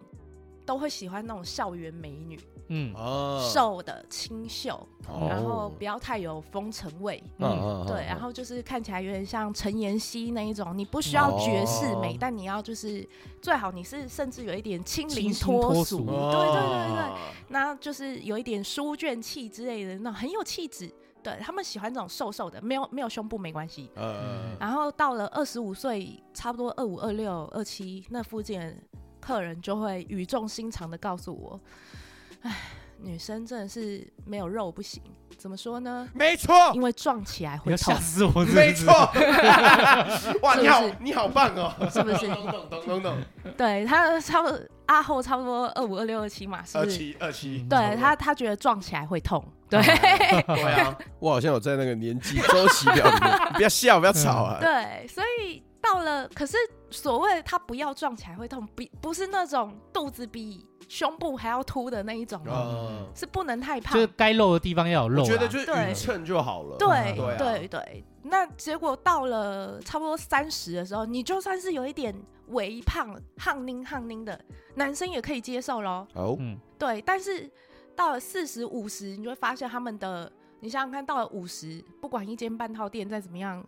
都会喜欢那种校园美女，嗯，哦，瘦的、清秀，哦然后不要太有风尘味。嗯哦嗯对，然后就是看起来有点像陈妍希那一种，你不需要绝世美，哦但你要就是最好你是甚至有一点清清灵新脱脱俗，俗哦对对对哦对，那就是有一点书卷气之类的，那种很有气质。对他们喜欢这种瘦瘦的，没有没有胸部没关嗯系。呃，然后到了二十五岁，差不多二五、二六、二七那附近，的客人就会语重心长的告诉我：“哎，女生真的是没有肉不行。怎么说呢？没错，哦因为撞起来你会要痛吓，死我！没 错，哇，是不是你好，你好棒哦，是不是？懂懂懂懂，对他差不多阿后差不多二五、二六、二七嘛，是二不是？七二七，对他，他觉得撞起来会痛。对嗯对啊，我好像有在那个年纪周期表里面， 不要笑，不要吵啊！对，所以到了，可是所谓他不要撞起来会痛，不不是那种肚子比胸部还要凸的那一种哦，嗯，是不能太就是胖。该露的地方要有我露啦。觉得就是啊对匀称就好了，对对啊对对，那结果到了差不多三十的时候，你就算是有一点微胖、胖ninh胖ninh的，男生也可以接受咯。哦，嗯，对，但是到了四十五十，你就会发现他们的，你想想看，到了五十，不管一间半套店再怎么样，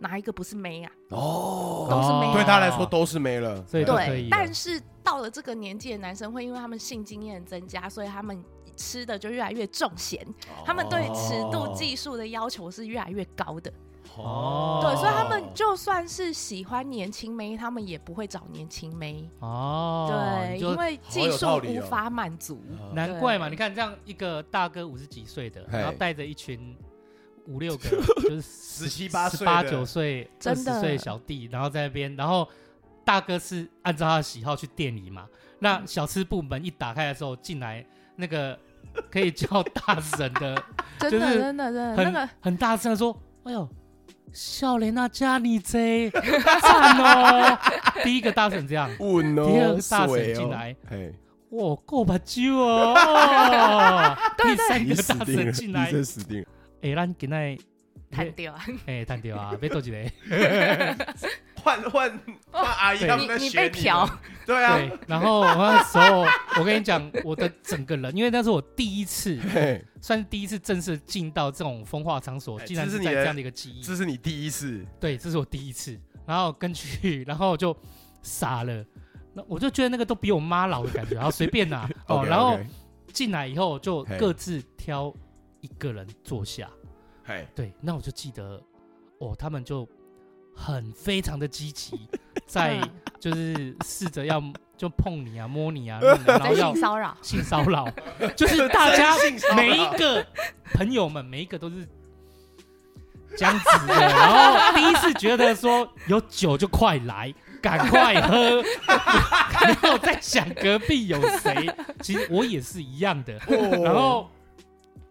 哪一个不是美啊？嗯哦，都是啊没有对他来说，都是没了，所以都可对以，了。但是到了这个年纪的男生，会因为他们性经验增加，所以他们吃的就越来越重咸，他们对尺度技术的要求是越来越高的。哦对，所以他们就算是喜欢年轻妹，他们也不会找年轻妹。哦，对，你就因为技术好有道理无哦法满足。难怪嘛！对你看这样一个大哥五十几岁的，嗯嘿然后带着一群五六 个就是十17 18岁的八九岁、真的二十岁的小弟，然后在那边，然后大哥是按照他的喜好去店里嘛。嗯那小吃部门一打开的时候，进来那个可以叫大神 的，真就的，是真的，真的，呃那很、个很大声的说：“哎呦，笑莲娜加你 这赞哦！”第一个大婶这样，问哦，第二个大水婶哦进，来，哎，哇，够把酒 哦！ 哦第三你个死大定了，神进你来，真死定了。哎，咱今仔弹掉啊！哎，探掉啊，别多一个。 换换哦换阿姨对他们在你学被嫖们，对啊， 对，然后我那时候，我跟你讲，我的整个人，因为那是我第 一次，嘿，算是第一次正式进到这种风化场所，哎竟然这是是你在的这样的一个记忆。这是你第一次，对，这是我第一次。然后跟去，然后就傻了。那我就觉得那个都比我妈老的感觉，然后随便 拿哦。 OK，然后 OK 进来以后就嘿各自挑一个人坐下。嘿，对，那我就记得哦，他们就很非常的 积极，在嗯就是试着要就碰你啊、摸你啊，弄你啊然在后要 性骚扰，性骚扰，就是大 家真性骚扰每一个朋友们，每一个都是这样子的。然后第一次觉得说有酒就快来，赶快喝，没有在想隔壁有谁。其实我也是一样的。哦然后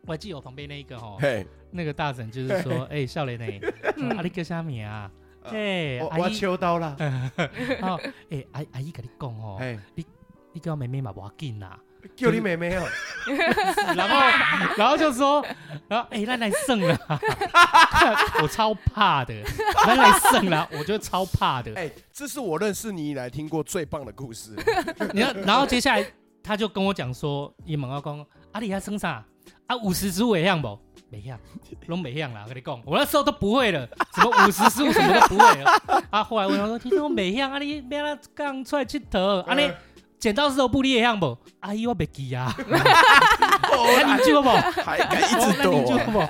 我还记得我旁边那一个哦，嘿，那个大婶就是说，哎，少年呢，阿里个虾米啊？哎，我阿我姨，秋刀啦，哦，哎，阿阿姨跟你讲哦，哎，你跟我妹妹嘛，不要紧啦。叫你妹妹哦， 然 后然后就说，然后哎，那、来胜了， 我超怕的，那来胜了，我觉得超怕的。哎，这是我认识你以来听过最棒的故 事，你看，然后接下来他就跟我讲说，伊问我讲，啊你还生啥？啊五十十五会样不？没样，拢没样啦，我跟你讲，我那时候都不会了，什么五十十五什么都不会了。啊，后来我想说，听说没样，啊你别啦刚出来佚佗，啊你剪刀石头布你会样不？阿姨我袂记啊，哦哦啊你记得不？还敢一哦直 那你抖就啊，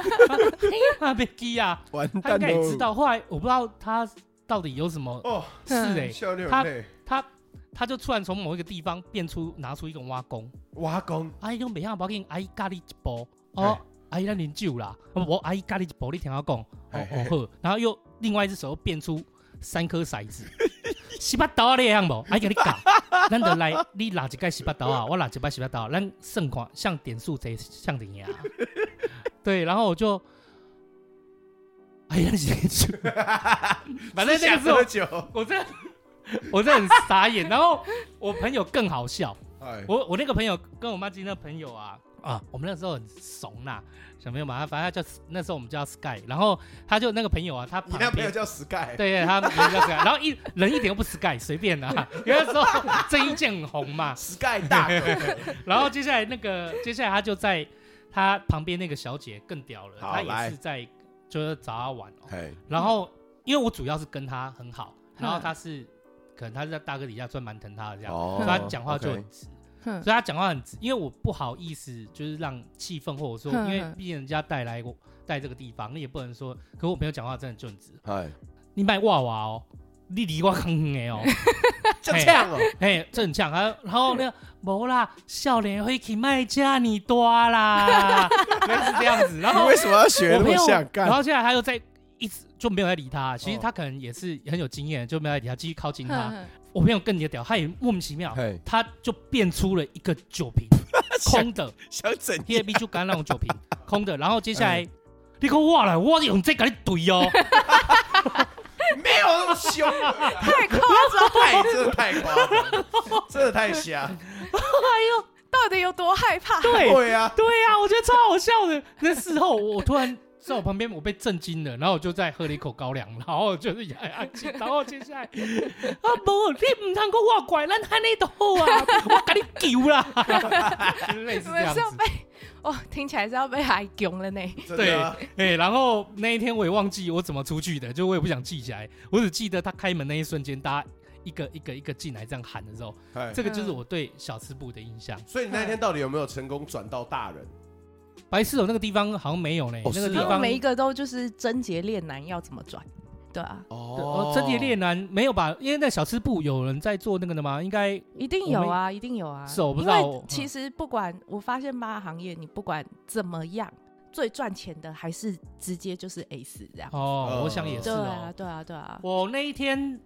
不，啊别记啊。完他应蛋该也喽知！道。后来我不知道他到底有什么哦，事哎、笑你他妹，他他就突然从某一个地方变出拿出一个挖工，瓦工，阿姨用啊袂晓无要紧，阿姨教你一步哦，阿姨咱啉酒啦，啊我阿姨教你一步，你听我讲，哦嘿哦好，然后又另外一只手又变出三颗骰子。 洗八刀啊，你会样无？阿姨甲你 教，咱就来，你拿一盖洗八刀啊，我拿一摆洗八刀，咱算看，像点数谁像怎 样？啊对，然后我就，哎呀，你是 反正那个时候酒，我真的我真的很傻眼。然后我朋友更好笑，哎， 我我那个朋友跟我妈今天的朋友啊啊，我们那时候很怂啦，小朋友嘛，反正他叫那时候我们叫 Sky，然后他就那个朋友啊，他你旁那朋友边。叫 Sky，对对，他名字叫 Sky，然后一人一点都不 Sky，随便啦、因为那时候郑伊健很红嘛， ，Sky 大哥， 然后接下来那个，接下来他就在他旁边那个小姐更屌了，好她也来是在就是找他玩哦。哎， 然后因为我主要是跟他很好，然后嗯他是可能他是在大哥底下算蛮疼他的这样，哦所以他讲话就 OK 很直，哼所以他讲话很直，因为我不好意思就是让气氛或者说，因嗯为嗯毕竟人家带来我带这个地方，你也不能说，可我朋友讲话真的就很直，哎，你买娃娃哦，你离我很远的哦。就这样哦，哎，这很强啊！然后那个无啦，少年会去卖家你多啦，原来是这样子。然你后为什么要学那哦我朋么友，像然干？后现在他又在一直就没有在理他。其实哦他可能也是很有经验，就没有在理他，继续靠近哼他。哼我朋友更屌，他也莫名其妙，嘿，他就变出了一个酒 瓶，空的想整，T A B 就刚那种酒瓶，空的。然后接下来，你看我了，我用这个你怼哦。没有那么凶，太快， 太真的太夸张，真的太瞎，到底有多害 怕？对，对啊，对呀、我觉得超好笑的。那事后我突然在我旁边，我被震惊了，然后我就再喝了一口高粱，然后就是也很安静。然后接下来，啊无，你唔通讲我怪，咱安尼都好啊，我给你救啦， 就是类似这你们样子是要。被哦，听起来是要被海囧了呢。真对，的哎啊、然后那一天我也忘记我怎么出去的，就我也不想记起来，我只记得他开门那一瞬间，大家一个一个一个进来这样喊的时候，哎这个就是我对小吃部的印象。所以你那天到底有没有成功转到大人？白石头那个地方好像没有呢，哦那个是地啊然后方每一个都就是贞洁恋男要怎么转，对啊，对哦，贞洁恋男没有吧？因为那小吃部有人在做那个的吗？应该一定有啊，一定有啊。是我不知嗯因道为其实不管我发现八大行业，你不管怎么样，最赚钱的还是直接就是 A 四这样。哦，呃我想也是对啊，哦。对啊，对啊。我那一天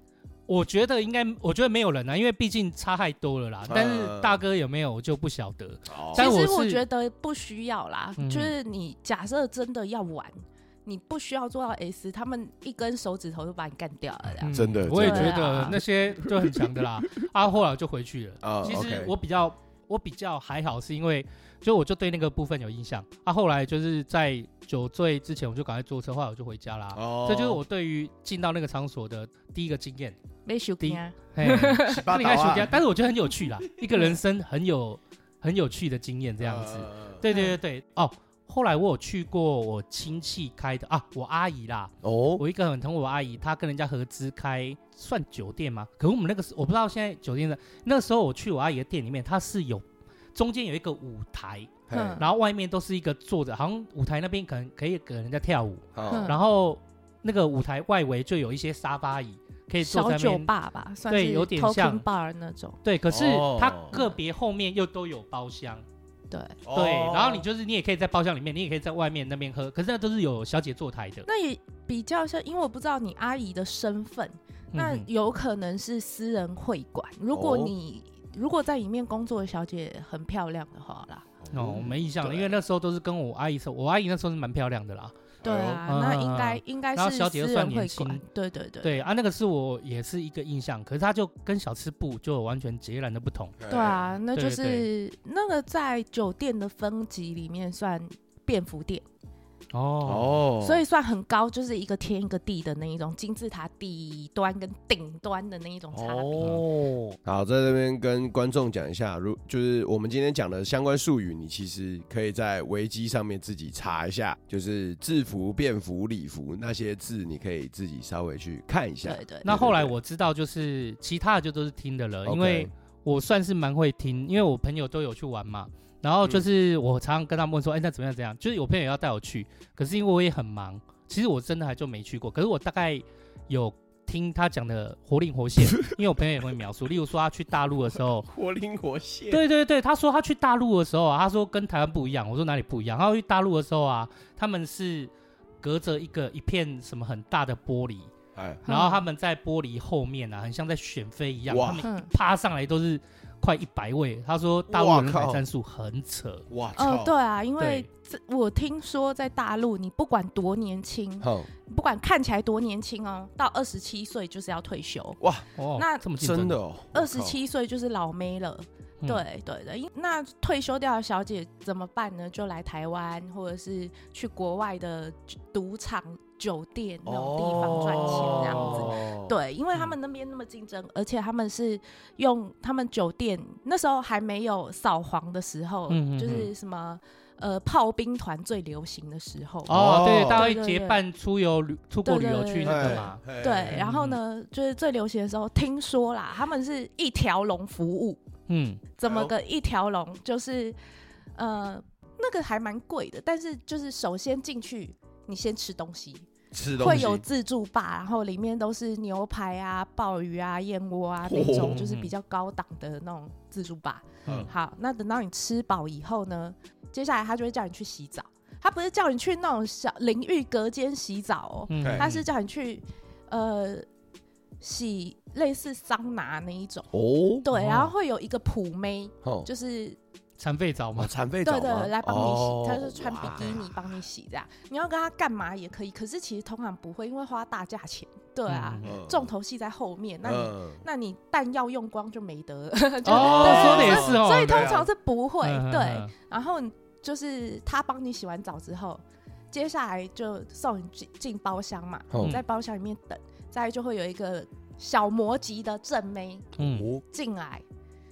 我觉得应该，我觉得没有人啊，因为毕竟差太多了呃啦。嗯但是大哥有没有我就不晓得。哦但其实我我是觉得不需要啦，嗯就是你假设真的要玩，你不需要做到 S，他们一根手指头就把你干掉了这样。嗯真的我也觉真的得那些就很强 的啦。啊，后来我就回去了。哦啊其实 OK 我比较我比较还好，是因为就我就对那个部分有印象。啊，后来就是在酒醉之前，我就赶快坐车，后来我就回家啦。哦这就是我对于进到那个场所的第一个 经验。没修第一听啊，嘿十那八你岛看暑啊假，，但是我觉得很有趣啦，一个人生很有很有趣的经验这样子。呃对对对对，哦，后来我有去过我亲戚开的啊，我阿姨啦，哦，我一个很疼我阿姨，她跟人家合资开算酒店吗？可是我们那个时我不知道现在酒店的，那时候我去我阿姨的店里面，它是有中间有一个舞台，嘿嗯然后外面都是一个坐着，好像舞台那边可能可以给人家跳舞，嗯好，然后那个舞台外围就有一些沙发椅，可以坐小在那酒边。吧吧，算对是有点 talking 像 bar 那种，对，可是哦它个别后面又都有包厢，对。对，然后你哦就是你也可以在包厢里面，你也可以在外面那边喝，可是那都是有小姐坐台的。那也比较像，因为我不知道你阿姨的身份，那嗯哼有可能是私人会馆。如果哦你、如果在里面工作的小姐很漂亮的话啦，嗯哦，我没印象了，对因为那时候都是跟我阿姨说，我阿姨那时候是蛮漂亮的啦。哦对啊，嗯那应该、应该然后是小姐又私算人会年轻馆，对对对，对啊，那个是我也是一个印象，可是她就跟小吃部就完全截然的不同。对对啊，那对对就是那个在酒店的分级里面算便服店，哦哦所以算很高，就是一个天一个地的那一种金字塔底端跟顶端的那一种差嗯别。哦，好，在这边跟观众讲一下，如就是我们今天讲的相关术语，你其实可以在维基上面自己查一下，就是制服、便服、礼服那些字，你可以自己稍微去看一下。对对，那对后来对我知道，就是其他的就都是听的了， OK 因为我算是蛮会听，因为我朋友都有去玩嘛。然后就是我常常跟他们问说，哎、那怎么样？怎么样？就是有朋友要带我去，可是因为我也很忙，其实我真的还就没去过。可是我大概有听他讲的活灵活现，因为我朋友也会描述，例如说他去大陆的时候，活灵活现，对对对，他说他去大陆的时候啊，他说跟台湾不一样。我说哪里不一样？他去大陆的时候啊，他们是隔着一个一片什么很大的玻璃，哎，然后他们在玻璃后面啊，很像在选妃一样，哇他们 嗯。趴上来都是快一百位。他说大陆哇人靠海战术很扯，哇哦操，，对啊，因为这我听说在大陆，你不管多年 轻，好，不管看起来多年轻哦，到二十七岁就是要退休，哦，哇，那这么竞争真的哦，二十七岁就是老妹了。嗯对对对，因那退休掉的小姐怎么办呢？就来台湾，或者是去国外的赌场、酒店那哦种地方赚钱这样子。哦，对，因为他们那边那么竞争，而且他们是用他们酒店那时候还没有扫黄的时候，嗯嗯嗯就是什么呃炮兵团最流行的时候。哦，对，哦大家会对对结对伴出游旅出国旅游对对去那个嘛，哎嘿对，嘿然后呢，就是最流行的时候，听说啦，他们是一条龙服务，嗯，怎哎么个一条龙？就是呃，那个还蛮贵的，但是就是首先进去，你先吃东西，吃东会西有自助吧，然后里面都是牛排啊、鲍鱼啊、燕窝啊那哦种，就是比较高档的那种自助吧。嗯好，那等到你吃饱以后呢，接下来他就会叫你去洗澡。他不是叫你去那种小淋浴隔间洗澡哦，嗯，对他是叫你去呃洗类似桑拿那一种。哦，对，哦然后会有一个普妹，哦就是残废澡哇，嘛，残废对澡对吗，来帮你洗，哦他是穿比基哇尼帮你洗这样。你要跟他干嘛也可以，可是其实通常不会，因为花大价钱。对啊，嗯嗯重头戏在后面，那你、嗯那你弹药用光就没得了。就哦，对啊说的也所 以是哦，所以对通常是不会、嗯嗯对嗯。然后就是他帮你洗完澡之后，接下来就送你进进包厢嘛，哦嗯在嗯包厢里面等，再来就会有一个小魔级的正妹，嗯，哦进来，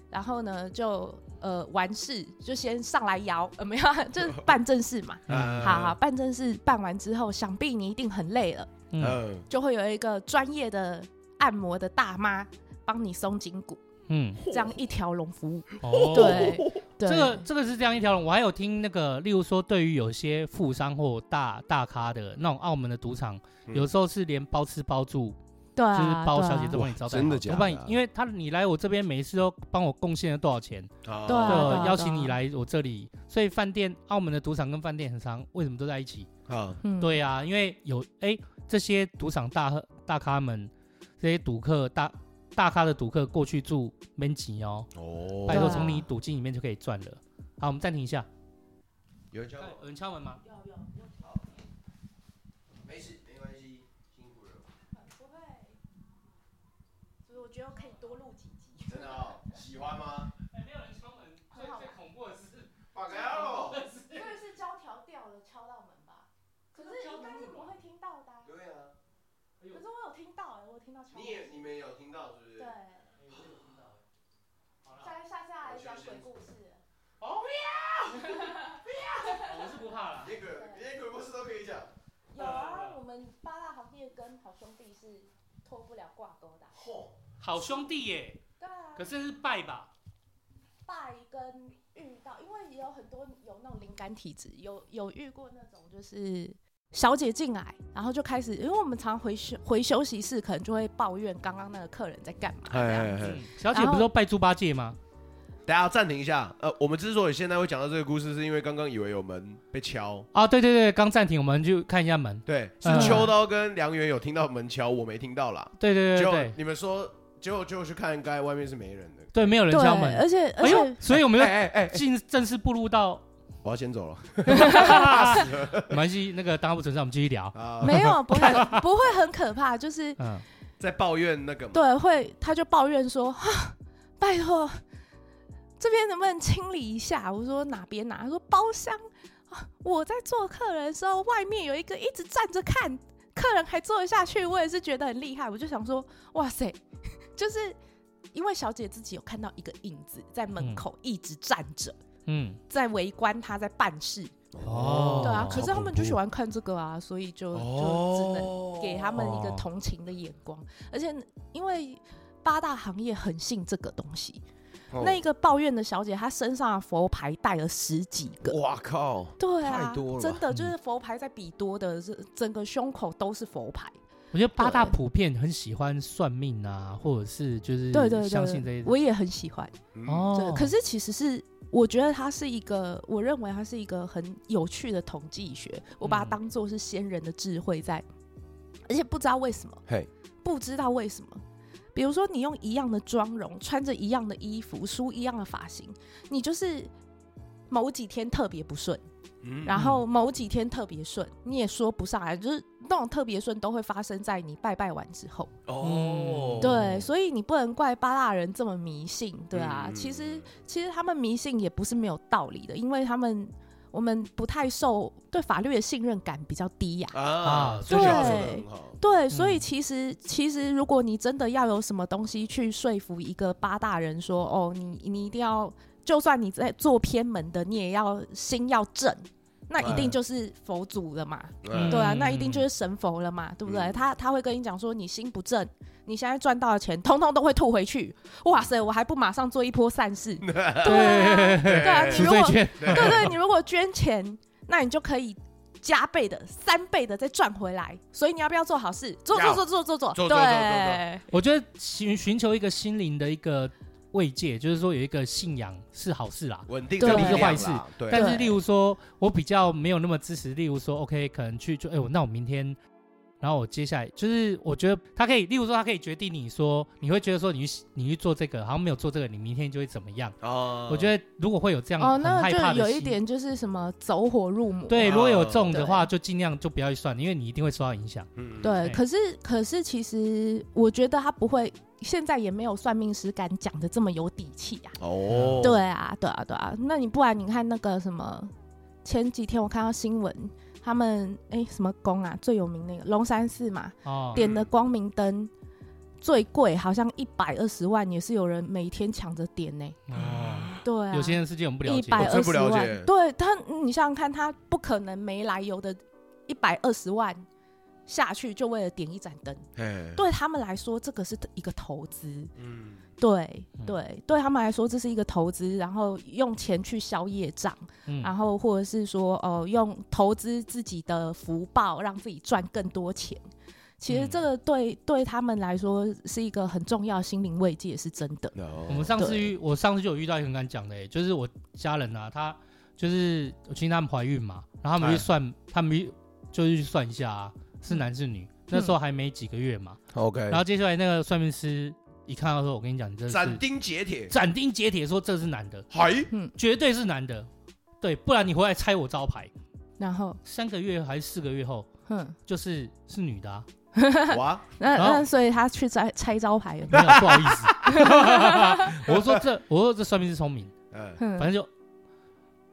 然后呢就呃完事，就先上来摇，呃没有啊， 就是办正事嘛。嗯好好，办正事办完之后，想必你一定很累了，呃嗯嗯，就会有一个专业的按摩的大妈帮你松筋骨，嗯，这样一条龙服务。哦，对，对这啊个这个是这样一条龙。我还有听那个，例如说，对于有些富商或大大咖的那种澳门的赌场，嗯有时候是连包吃包住，对就啊，是包小姐对都啊帮你招待好，真的假的都帮你因为他你来我这边每一次都帮我贡献了多少钱，对，对啊对啊邀请你对啊来我这里，所以饭店澳门的赌场跟饭店很常为什么都在一起？好，嗯对啊，因为有哎这些赌场大亨大咖们，这些赌客大大咖的赌客过去住闷挤哦，哦拜托对啊从你赌金里面就可以赚了。好，我们暂停一下。有人敲有人敲门吗？没事，没关系，辛苦了，不会，所以我觉得可以多录几集。真的哦，喜欢吗？哎没有人敲门，最最恐怖的是，放开哦喽！这个是胶条掉了，敲到门吧？可是应该是不会听到的啊、对啊，可是我有听到哎、我有听到敲门你也啊你们有听到是不是对？，下下次要来讲鬼故事。我是不怕了。连鬼连鬼故事都可以讲。有啊，我们八大行业跟好兄弟是脱不了挂钩的啊、嚯，好兄弟耶，对啊，可是是拜吧？拜跟遇到，因为也有很多有那种灵感体质，有有遇过那种就是。小姐进来，然后就开始，因为我们常回休回休息室，可能就会抱怨刚刚那个客人在干嘛哎这样。嗯小姐不是都拜猪八戒吗？大家暂停一下，呃，我们之所以现在会讲到这个故事，是因为刚刚以为有门被敲，啊，对对对，刚暂停，我们就看一下门。对，是嗯秋刀跟梁元有听到门敲，我没听到啦。对对结对果对你们说，结果结果去看，刚才外面是没人的。对，没有人对，敲门。而且而哎且、呦，所以我们哎又哎哎，进正式步入到，我要先走了没关系，那个当它不存在，我们继续聊。啊！ 没 有不会不会很可怕，就是嗯，在抱怨那个嘛，对，会他就抱怨说：“ 哈拜托，这边能不能清理一下？”我说：“哪边哪？”他说：“包厢。啊我在做客人的时候，外面有一个一直站着看，客人还坐得下去，我也是觉得很厉害。我就想说，哇塞， 就是因为小姐自己有看到一个影子在门嗯口一直站着，嗯，在围观他在办事。哦对啊，可是他们就喜欢欢看这个啊，所以就就只哦能哦给他们一个同情的眼光，而且因为八大行业很信这个东西。哦那一个抱怨的小姐，她身上的佛牌带了十几个，哇靠！对啊，太多了吧真嗯的就是佛牌在比多的，这整个胸口都是佛牌，我觉得八大对普遍很喜欢算命啊，或者是就是对对相信这对一，我也很喜欢。哦嗯对，，可是其实是我觉得它是一个，我认为它是一个很有趣的统计学，我把它嗯当做是先人的智慧在，而且不知道为什么，嘿，不知道为什么。比如说，你用一样的妆容，穿着一样的衣服，梳一样的发型，你就是某几天特别不顺，嗯然后某几天特别顺，你也说不上来，就是那种特别顺都会发生在你拜拜完之后。嗯哦，对，所以你不能怪八大人这么迷信，对啊。嗯其实其实他们迷信也不是没有道理的，因为他们我们不太受对法律的信任感比较低呀、啊，啊这句话对说的很好，对，所嗯以其实、其实，如果你真的要有什么东西去说服一个八大人说，哦，你你一定要，就算你在做偏门的，你也要心要正，那一定哎就是佛祖了嘛，嗯对啊，那一定就是神佛了嘛，对不对？他他会跟你讲说，你心不正，你现在赚到的钱，通通都会吐回去。哇塞，我还不马上做一波善事？对啊，对啊，你赎如罪果券， 对对，你如果捐钱，那你就可以加倍的、三倍的再赚回来。所以你要不要做好事？做做要做做做做，做做做对，我觉得寻寻求一个心灵的一个慰藉，就是说有一个信仰是好事啦。稳定对的这不是力量坏事啦，对，但是，例如说，我比较没有那么支持。例如说，OK，可能去就，哎、我那我明天，然后我接下来就是，我觉得他可以，例如说，他可以决定你说，你会觉得说你去你去做这个，好像没有做这个，你明天就会怎么样？哦我觉得如果会有这样哦，很那害就怕的心，有一点就是什么走火入魔。对，哦如果有这种的对话，就尽量就不要去算，因为你一定会受到影响。嗯对，对可是可是，其实我觉得他不会，现在也没有算命师敢讲的这么有底气啊。哦，对啊，对啊，对啊。那你不然你看那个什么，前几天我看到新闻，他们哎什么宫啊最有名那个龙山寺嘛，哦，点的光明灯最贵，好像一百二十万，也是有人每天抢着点呢、哦对啊，有些人世界我们不了一解。百我二真不十了解万，对他，你想想看，他不可能没来由的，一百二十万下去就为了点一盏灯。对，对他们来说，这个是一个投资。嗯，对嗯对，对他们来说这是一个投资，然后用钱去消业障，嗯然后或者是说，呃，用投资自己的福报，让自己赚更多钱。其实嗯这个对、对他们来说是一个很重要的心灵慰藉，是真的。哦我们上次遇我上次就有遇到一个很敢讲的、欸，就是我家人啊，她就是我听他们怀孕嘛，然后他们哎去算，他们去就是去算一下、啊、是男是女，那时候还没几个月嘛，嗯 OK，然后接下来那个算命师一看到说，我跟你讲，你这哎斩是钉截 铁，斩钉截铁说这是男的，嗨， 绝对是男的，对，不然你回来拆我招牌。然后，三个月还是四个月后，嗯，就是是女的、啊， 哇，那然后那所以他去拆拆招牌 了。没有不好意思， 我说这我说这算命是聪明，嗯反嗯，正就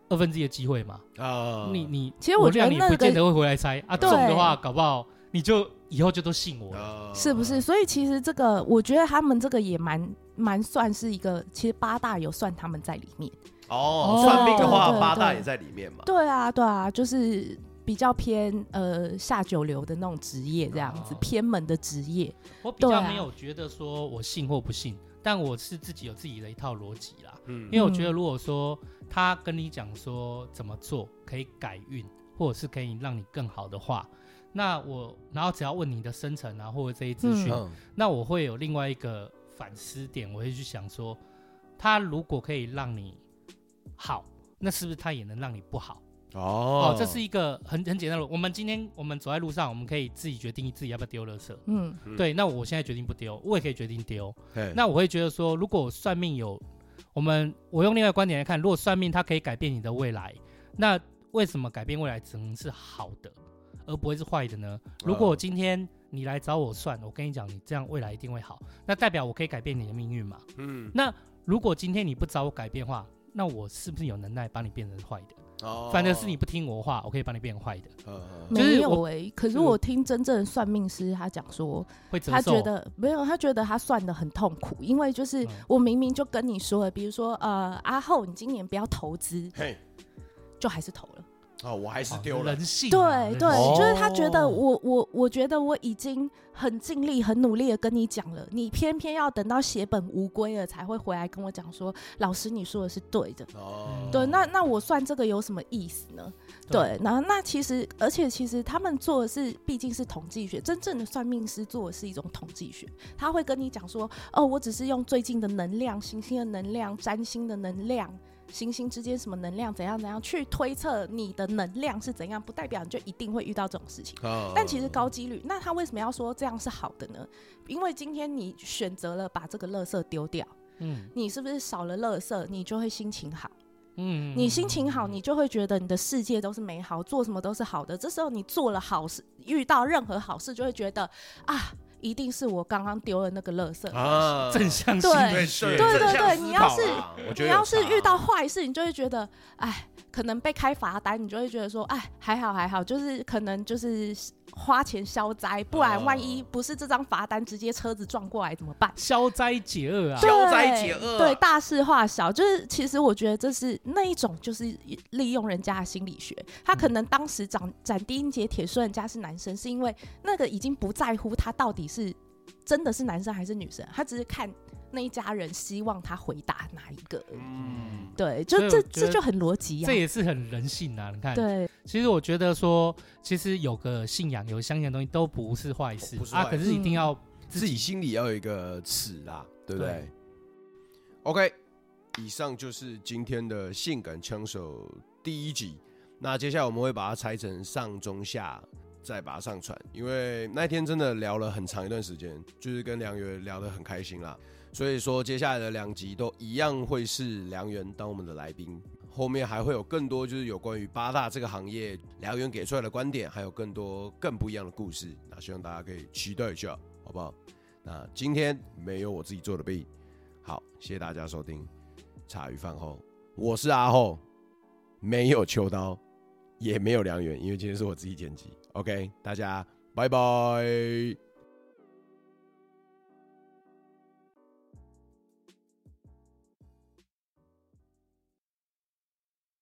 二分之一的机会嘛。啊，你你其实我觉得呃量也那不见个得会回来猜啊，对中的话搞不好你就以后就都信我了。啊是不呃是？？所以其实这个，我觉得他们这个也蛮蛮算是一个，其实八大有算他们在里面。哦哦，算命的对话，对八大对也在里面嘛。对啊，对啊，就是比较偏呃下九流的那种职业，这样子、哦偏门的职业。我比较对啊没有觉得说我信或不信，但我是自己有自己的一套逻辑啦。嗯因为我觉得如果说他跟你讲说怎么做可以改运，或者是可以让你更好的话，那我然后只要问你的生辰啊或者这一资讯，嗯那我会有另外一个反思点，我会去想说，他如果可以让你好，那是不是他也能让你不好？哦哦，这是一个很很简单的。我们今天我们走在路上，我们可以自己决定自己要不要丢垃圾。嗯，嗯对，那我现在决定不丢，我也可以决定丢嘿。那我会觉得说，如果算命有我们，我用另外一个观点来看，如果算命它可以改变你的未来，那为什么改变未来只能是好的，而不会是坏的呢？如果今天你来找我算，我跟你讲，你这样未来一定会好，那代表我可以改变你的命运嘛？嗯，如果今天你不找我改变的话，那我是不是有能耐帮你变成坏的？哦反正是你不听我话，我可以帮你变坏的，嗯就没是有我嗯诶、可是我听真正的算命师他讲说，会折寿。他觉得没有，他觉得他算的很痛苦，因为就是嗯我明明就跟你说了，比如说呃阿厚，你今年不要投资，嘿，就还是投了。哦，我还是哦丢了，人性啊，对对，人性就是他觉哦得我我我觉得我已经很尽力、很努力的跟你讲了，你偏偏要等到血本无归了才会回来跟我讲说，老师你说的是对的。哦，对，嗯那那我算这个有什么意思呢？对，然后那其实，而且其实他们做的是毕竟是统计学，真正的算命师做的是一种统计学，他会跟你讲说，哦，我只是用最近的能量、行星的能量、占星的能量。行星之间什么能量怎样怎样去推测你的能量是怎样，不代表你就一定会遇到这种事情。嗯但其实高几率，那他为什么要说这样是好的呢？因为今天你选择了把这个垃圾丢掉，嗯，你是不是少了垃圾，你就会心情好？嗯你心情好，你就会觉得你的世界都是美好，做什么都是好的。这时候你做了好事，遇到任何好事，就会觉得啊，一定是我刚刚丢了那个垃圾。啊正向心理对学，对对正向对，思你考要是啦我觉得有你要是差啊哦遇到坏事，你就会觉得，哎，可能被开罚单，你就会觉得说，哎，还好还好，就是可能就是花钱消灾，不然万一哦不是这张罚单，直接车子撞过来怎么办？消灾解厄啊对，消对灾解厄啊对，大事化小，就是其实我觉得这是那一种，就是利用人家的心理学。他可能当时斩斩钉截铁说人家是男生，是因为那个已经不在乎他到底是真的是男生还是女生，他只是看那一家人希望他回答哪一个而已。嗯，对，所就以这我觉得这就很逻辑这啊。也是很人性啊。你看，对，其实我觉得说，其实有个信仰、有相信的东西都不是坏事不是啊，坏可是一定嗯要自己心里要有一个尺啦，对不对对 o k 以上就是今天的性感枪手第一集。那接下来我们会把它拆成上中下，再把它上传，因为那天真的聊了很长一段时间，就是跟梁元聊得很开心啦。所以说接下来的两集都一样会是梁元当我们的来宾，后面还会有更多就是有关于八大这个行业梁元给出来的观点，还有更多更不一样的故事。那希望大家可以期待一下，好不好？那今天没有我自己做的弊，好，谢谢大家收听茶余饭后，我是阿后，没有秋刀，也没有梁元，因为今天是我自己剪辑。OK，大家拜拜。